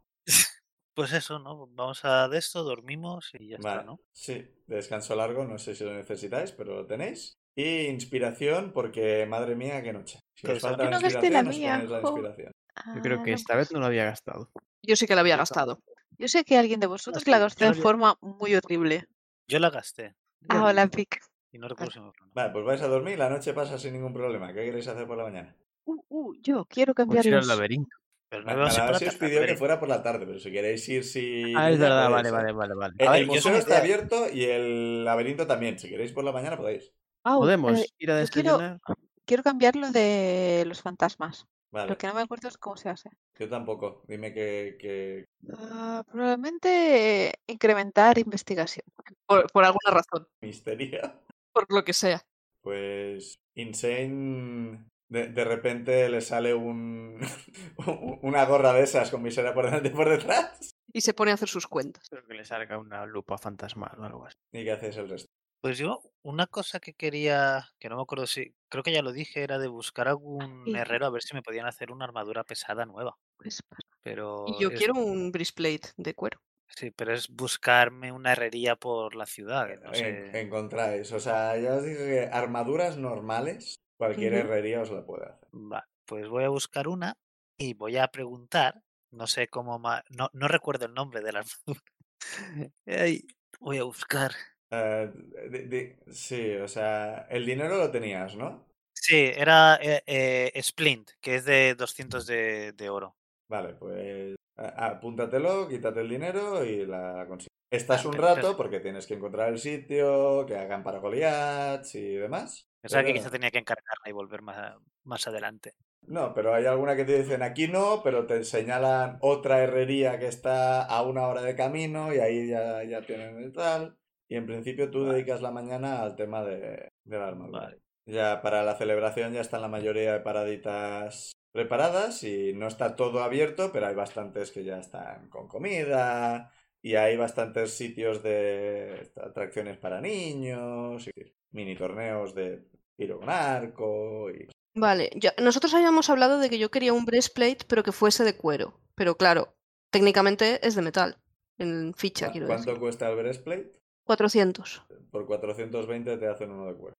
[SPEAKER 6] Pues eso, ¿no? Vamos a de esto, dormimos y ya está,
[SPEAKER 1] Vale.
[SPEAKER 6] ¿no?
[SPEAKER 1] Sí, descanso largo, no sé si lo necesitáis, pero lo tenéis. Y inspiración, porque madre mía, qué noche. Si os
[SPEAKER 6] Pues
[SPEAKER 1] falta
[SPEAKER 6] yo
[SPEAKER 1] la
[SPEAKER 3] no gasté la
[SPEAKER 1] inspiración, os
[SPEAKER 3] mía,
[SPEAKER 1] ponéis la
[SPEAKER 3] jo.
[SPEAKER 1] inspiración.
[SPEAKER 4] Yo creo que
[SPEAKER 3] Ah,
[SPEAKER 4] esta vez no lo había gastado.
[SPEAKER 5] Yo sí que la había gastado.
[SPEAKER 3] Yo sé que alguien de vosotros
[SPEAKER 6] sí,
[SPEAKER 3] la
[SPEAKER 6] yo
[SPEAKER 3] gastó de
[SPEAKER 6] sabía.
[SPEAKER 3] forma muy horrible.
[SPEAKER 6] Yo la gasté
[SPEAKER 3] Ah, hola, Pic.
[SPEAKER 6] y no recuerdo si me fue, ¿no?
[SPEAKER 1] Vale, pues vais a dormir, la noche pasa sin ningún problema. ¿Qué queréis hacer por la mañana?
[SPEAKER 3] Uh, uh, yo quiero
[SPEAKER 4] Pues
[SPEAKER 3] cambiar
[SPEAKER 4] ir al
[SPEAKER 3] los-
[SPEAKER 4] laberinto.
[SPEAKER 6] Pero no íbamos a ir por
[SPEAKER 1] Ahora
[SPEAKER 6] la
[SPEAKER 1] sí os
[SPEAKER 6] tarde,
[SPEAKER 1] pidió que
[SPEAKER 6] Rodrigo.
[SPEAKER 1] fuera por la tarde, pero si queréis ir, si...
[SPEAKER 4] Ah, es
[SPEAKER 1] ya
[SPEAKER 4] verdad,
[SPEAKER 1] podéis,
[SPEAKER 4] vale,
[SPEAKER 1] ¿eh?
[SPEAKER 4] vale, vale, vale. pues
[SPEAKER 1] El,
[SPEAKER 6] A ver,
[SPEAKER 1] el
[SPEAKER 6] yo
[SPEAKER 1] museo
[SPEAKER 3] Eh,
[SPEAKER 6] soy
[SPEAKER 1] está
[SPEAKER 6] de-
[SPEAKER 1] abierto y el laberinto también. Si queréis por la mañana podéis.
[SPEAKER 3] Au,
[SPEAKER 4] Podemos
[SPEAKER 3] eh,
[SPEAKER 4] ir a
[SPEAKER 3] yo quiero-
[SPEAKER 4] desayunar.
[SPEAKER 3] quiero cambiar lo de los fantasmas.
[SPEAKER 1] Vale,
[SPEAKER 3] Lo que no me acuerdo es cómo se hace.
[SPEAKER 1] yo tampoco. Dime que, que-
[SPEAKER 3] Ah, probablemente eh, incrementar investigación.
[SPEAKER 5] Por, por alguna razón,
[SPEAKER 1] misterio.
[SPEAKER 5] por lo que sea.
[SPEAKER 1] Pues Insane de, de repente le sale un una gorra de esas con visera por delante y por detrás.
[SPEAKER 5] Y se pone a hacer sus cuentas.
[SPEAKER 4] Creo que le salga una lupa fantasmal o algo así.
[SPEAKER 1] ¿Y qué haces el resto?
[SPEAKER 6] Pues yo, una cosa que quería, que no me acuerdo si, creo que ya lo dije, era de buscar algún
[SPEAKER 5] Sí.
[SPEAKER 6] herrero a ver si me podían hacer una armadura pesada nueva.
[SPEAKER 5] Pues,
[SPEAKER 6] Pero
[SPEAKER 5] y yo
[SPEAKER 6] es-
[SPEAKER 5] quiero un breastplate de cuero.
[SPEAKER 6] sí, pero es buscarme una herrería por la ciudad. que No
[SPEAKER 1] En-
[SPEAKER 6] sé.
[SPEAKER 1] encontráis. O sea, ya os dije que armaduras normales, cualquier
[SPEAKER 5] Ujú.
[SPEAKER 1] herrería os la puede hacer.
[SPEAKER 6] Va, pues voy a buscar una y voy a preguntar. No sé cómo ma- No, no recuerdo el nombre de la armadura. Ay, voy a buscar.
[SPEAKER 1] Eh, di- di- sí, o sea, el dinero lo tenías, ¿no?
[SPEAKER 6] Sí, era eh, eh, Splint, que es de 200 de, de oro.
[SPEAKER 1] Vale, pues a- apúntatelo, quítate el dinero y la consigues. Estás
[SPEAKER 6] Ah,
[SPEAKER 1] un
[SPEAKER 6] pe- pe-
[SPEAKER 1] rato porque tienes que encontrar el sitio, que hagan para Goliath y demás.
[SPEAKER 6] Pensaba que quizá
[SPEAKER 1] Pero...
[SPEAKER 6] tenía que encargarla y volver más, a- más adelante.
[SPEAKER 1] No, pero hay alguna que te dicen aquí no, pero te señalan otra herrería que está a una hora de camino y ahí ya, ya tienen el tal. Y en principio tú
[SPEAKER 6] Vale.
[SPEAKER 1] dedicas la mañana al tema de, de la armadura.
[SPEAKER 6] Vale.
[SPEAKER 1] Ya para la celebración ya están la mayoría de paraditas preparadas y no está todo abierto, pero hay bastantes que ya están con comida y hay bastantes sitios de atracciones para niños, y mini torneos de tiro con arco y
[SPEAKER 5] Vale, ya- nosotros habíamos hablado de que yo quería un breastplate, pero que fuese de cuero. Pero claro, técnicamente es de metal. En ficha,
[SPEAKER 1] ¿Cu-
[SPEAKER 5] quiero
[SPEAKER 1] ¿Cuánto
[SPEAKER 5] decir.
[SPEAKER 1] cuesta el breastplate?
[SPEAKER 5] 400.
[SPEAKER 1] Por 420 te hacen uno de cuero.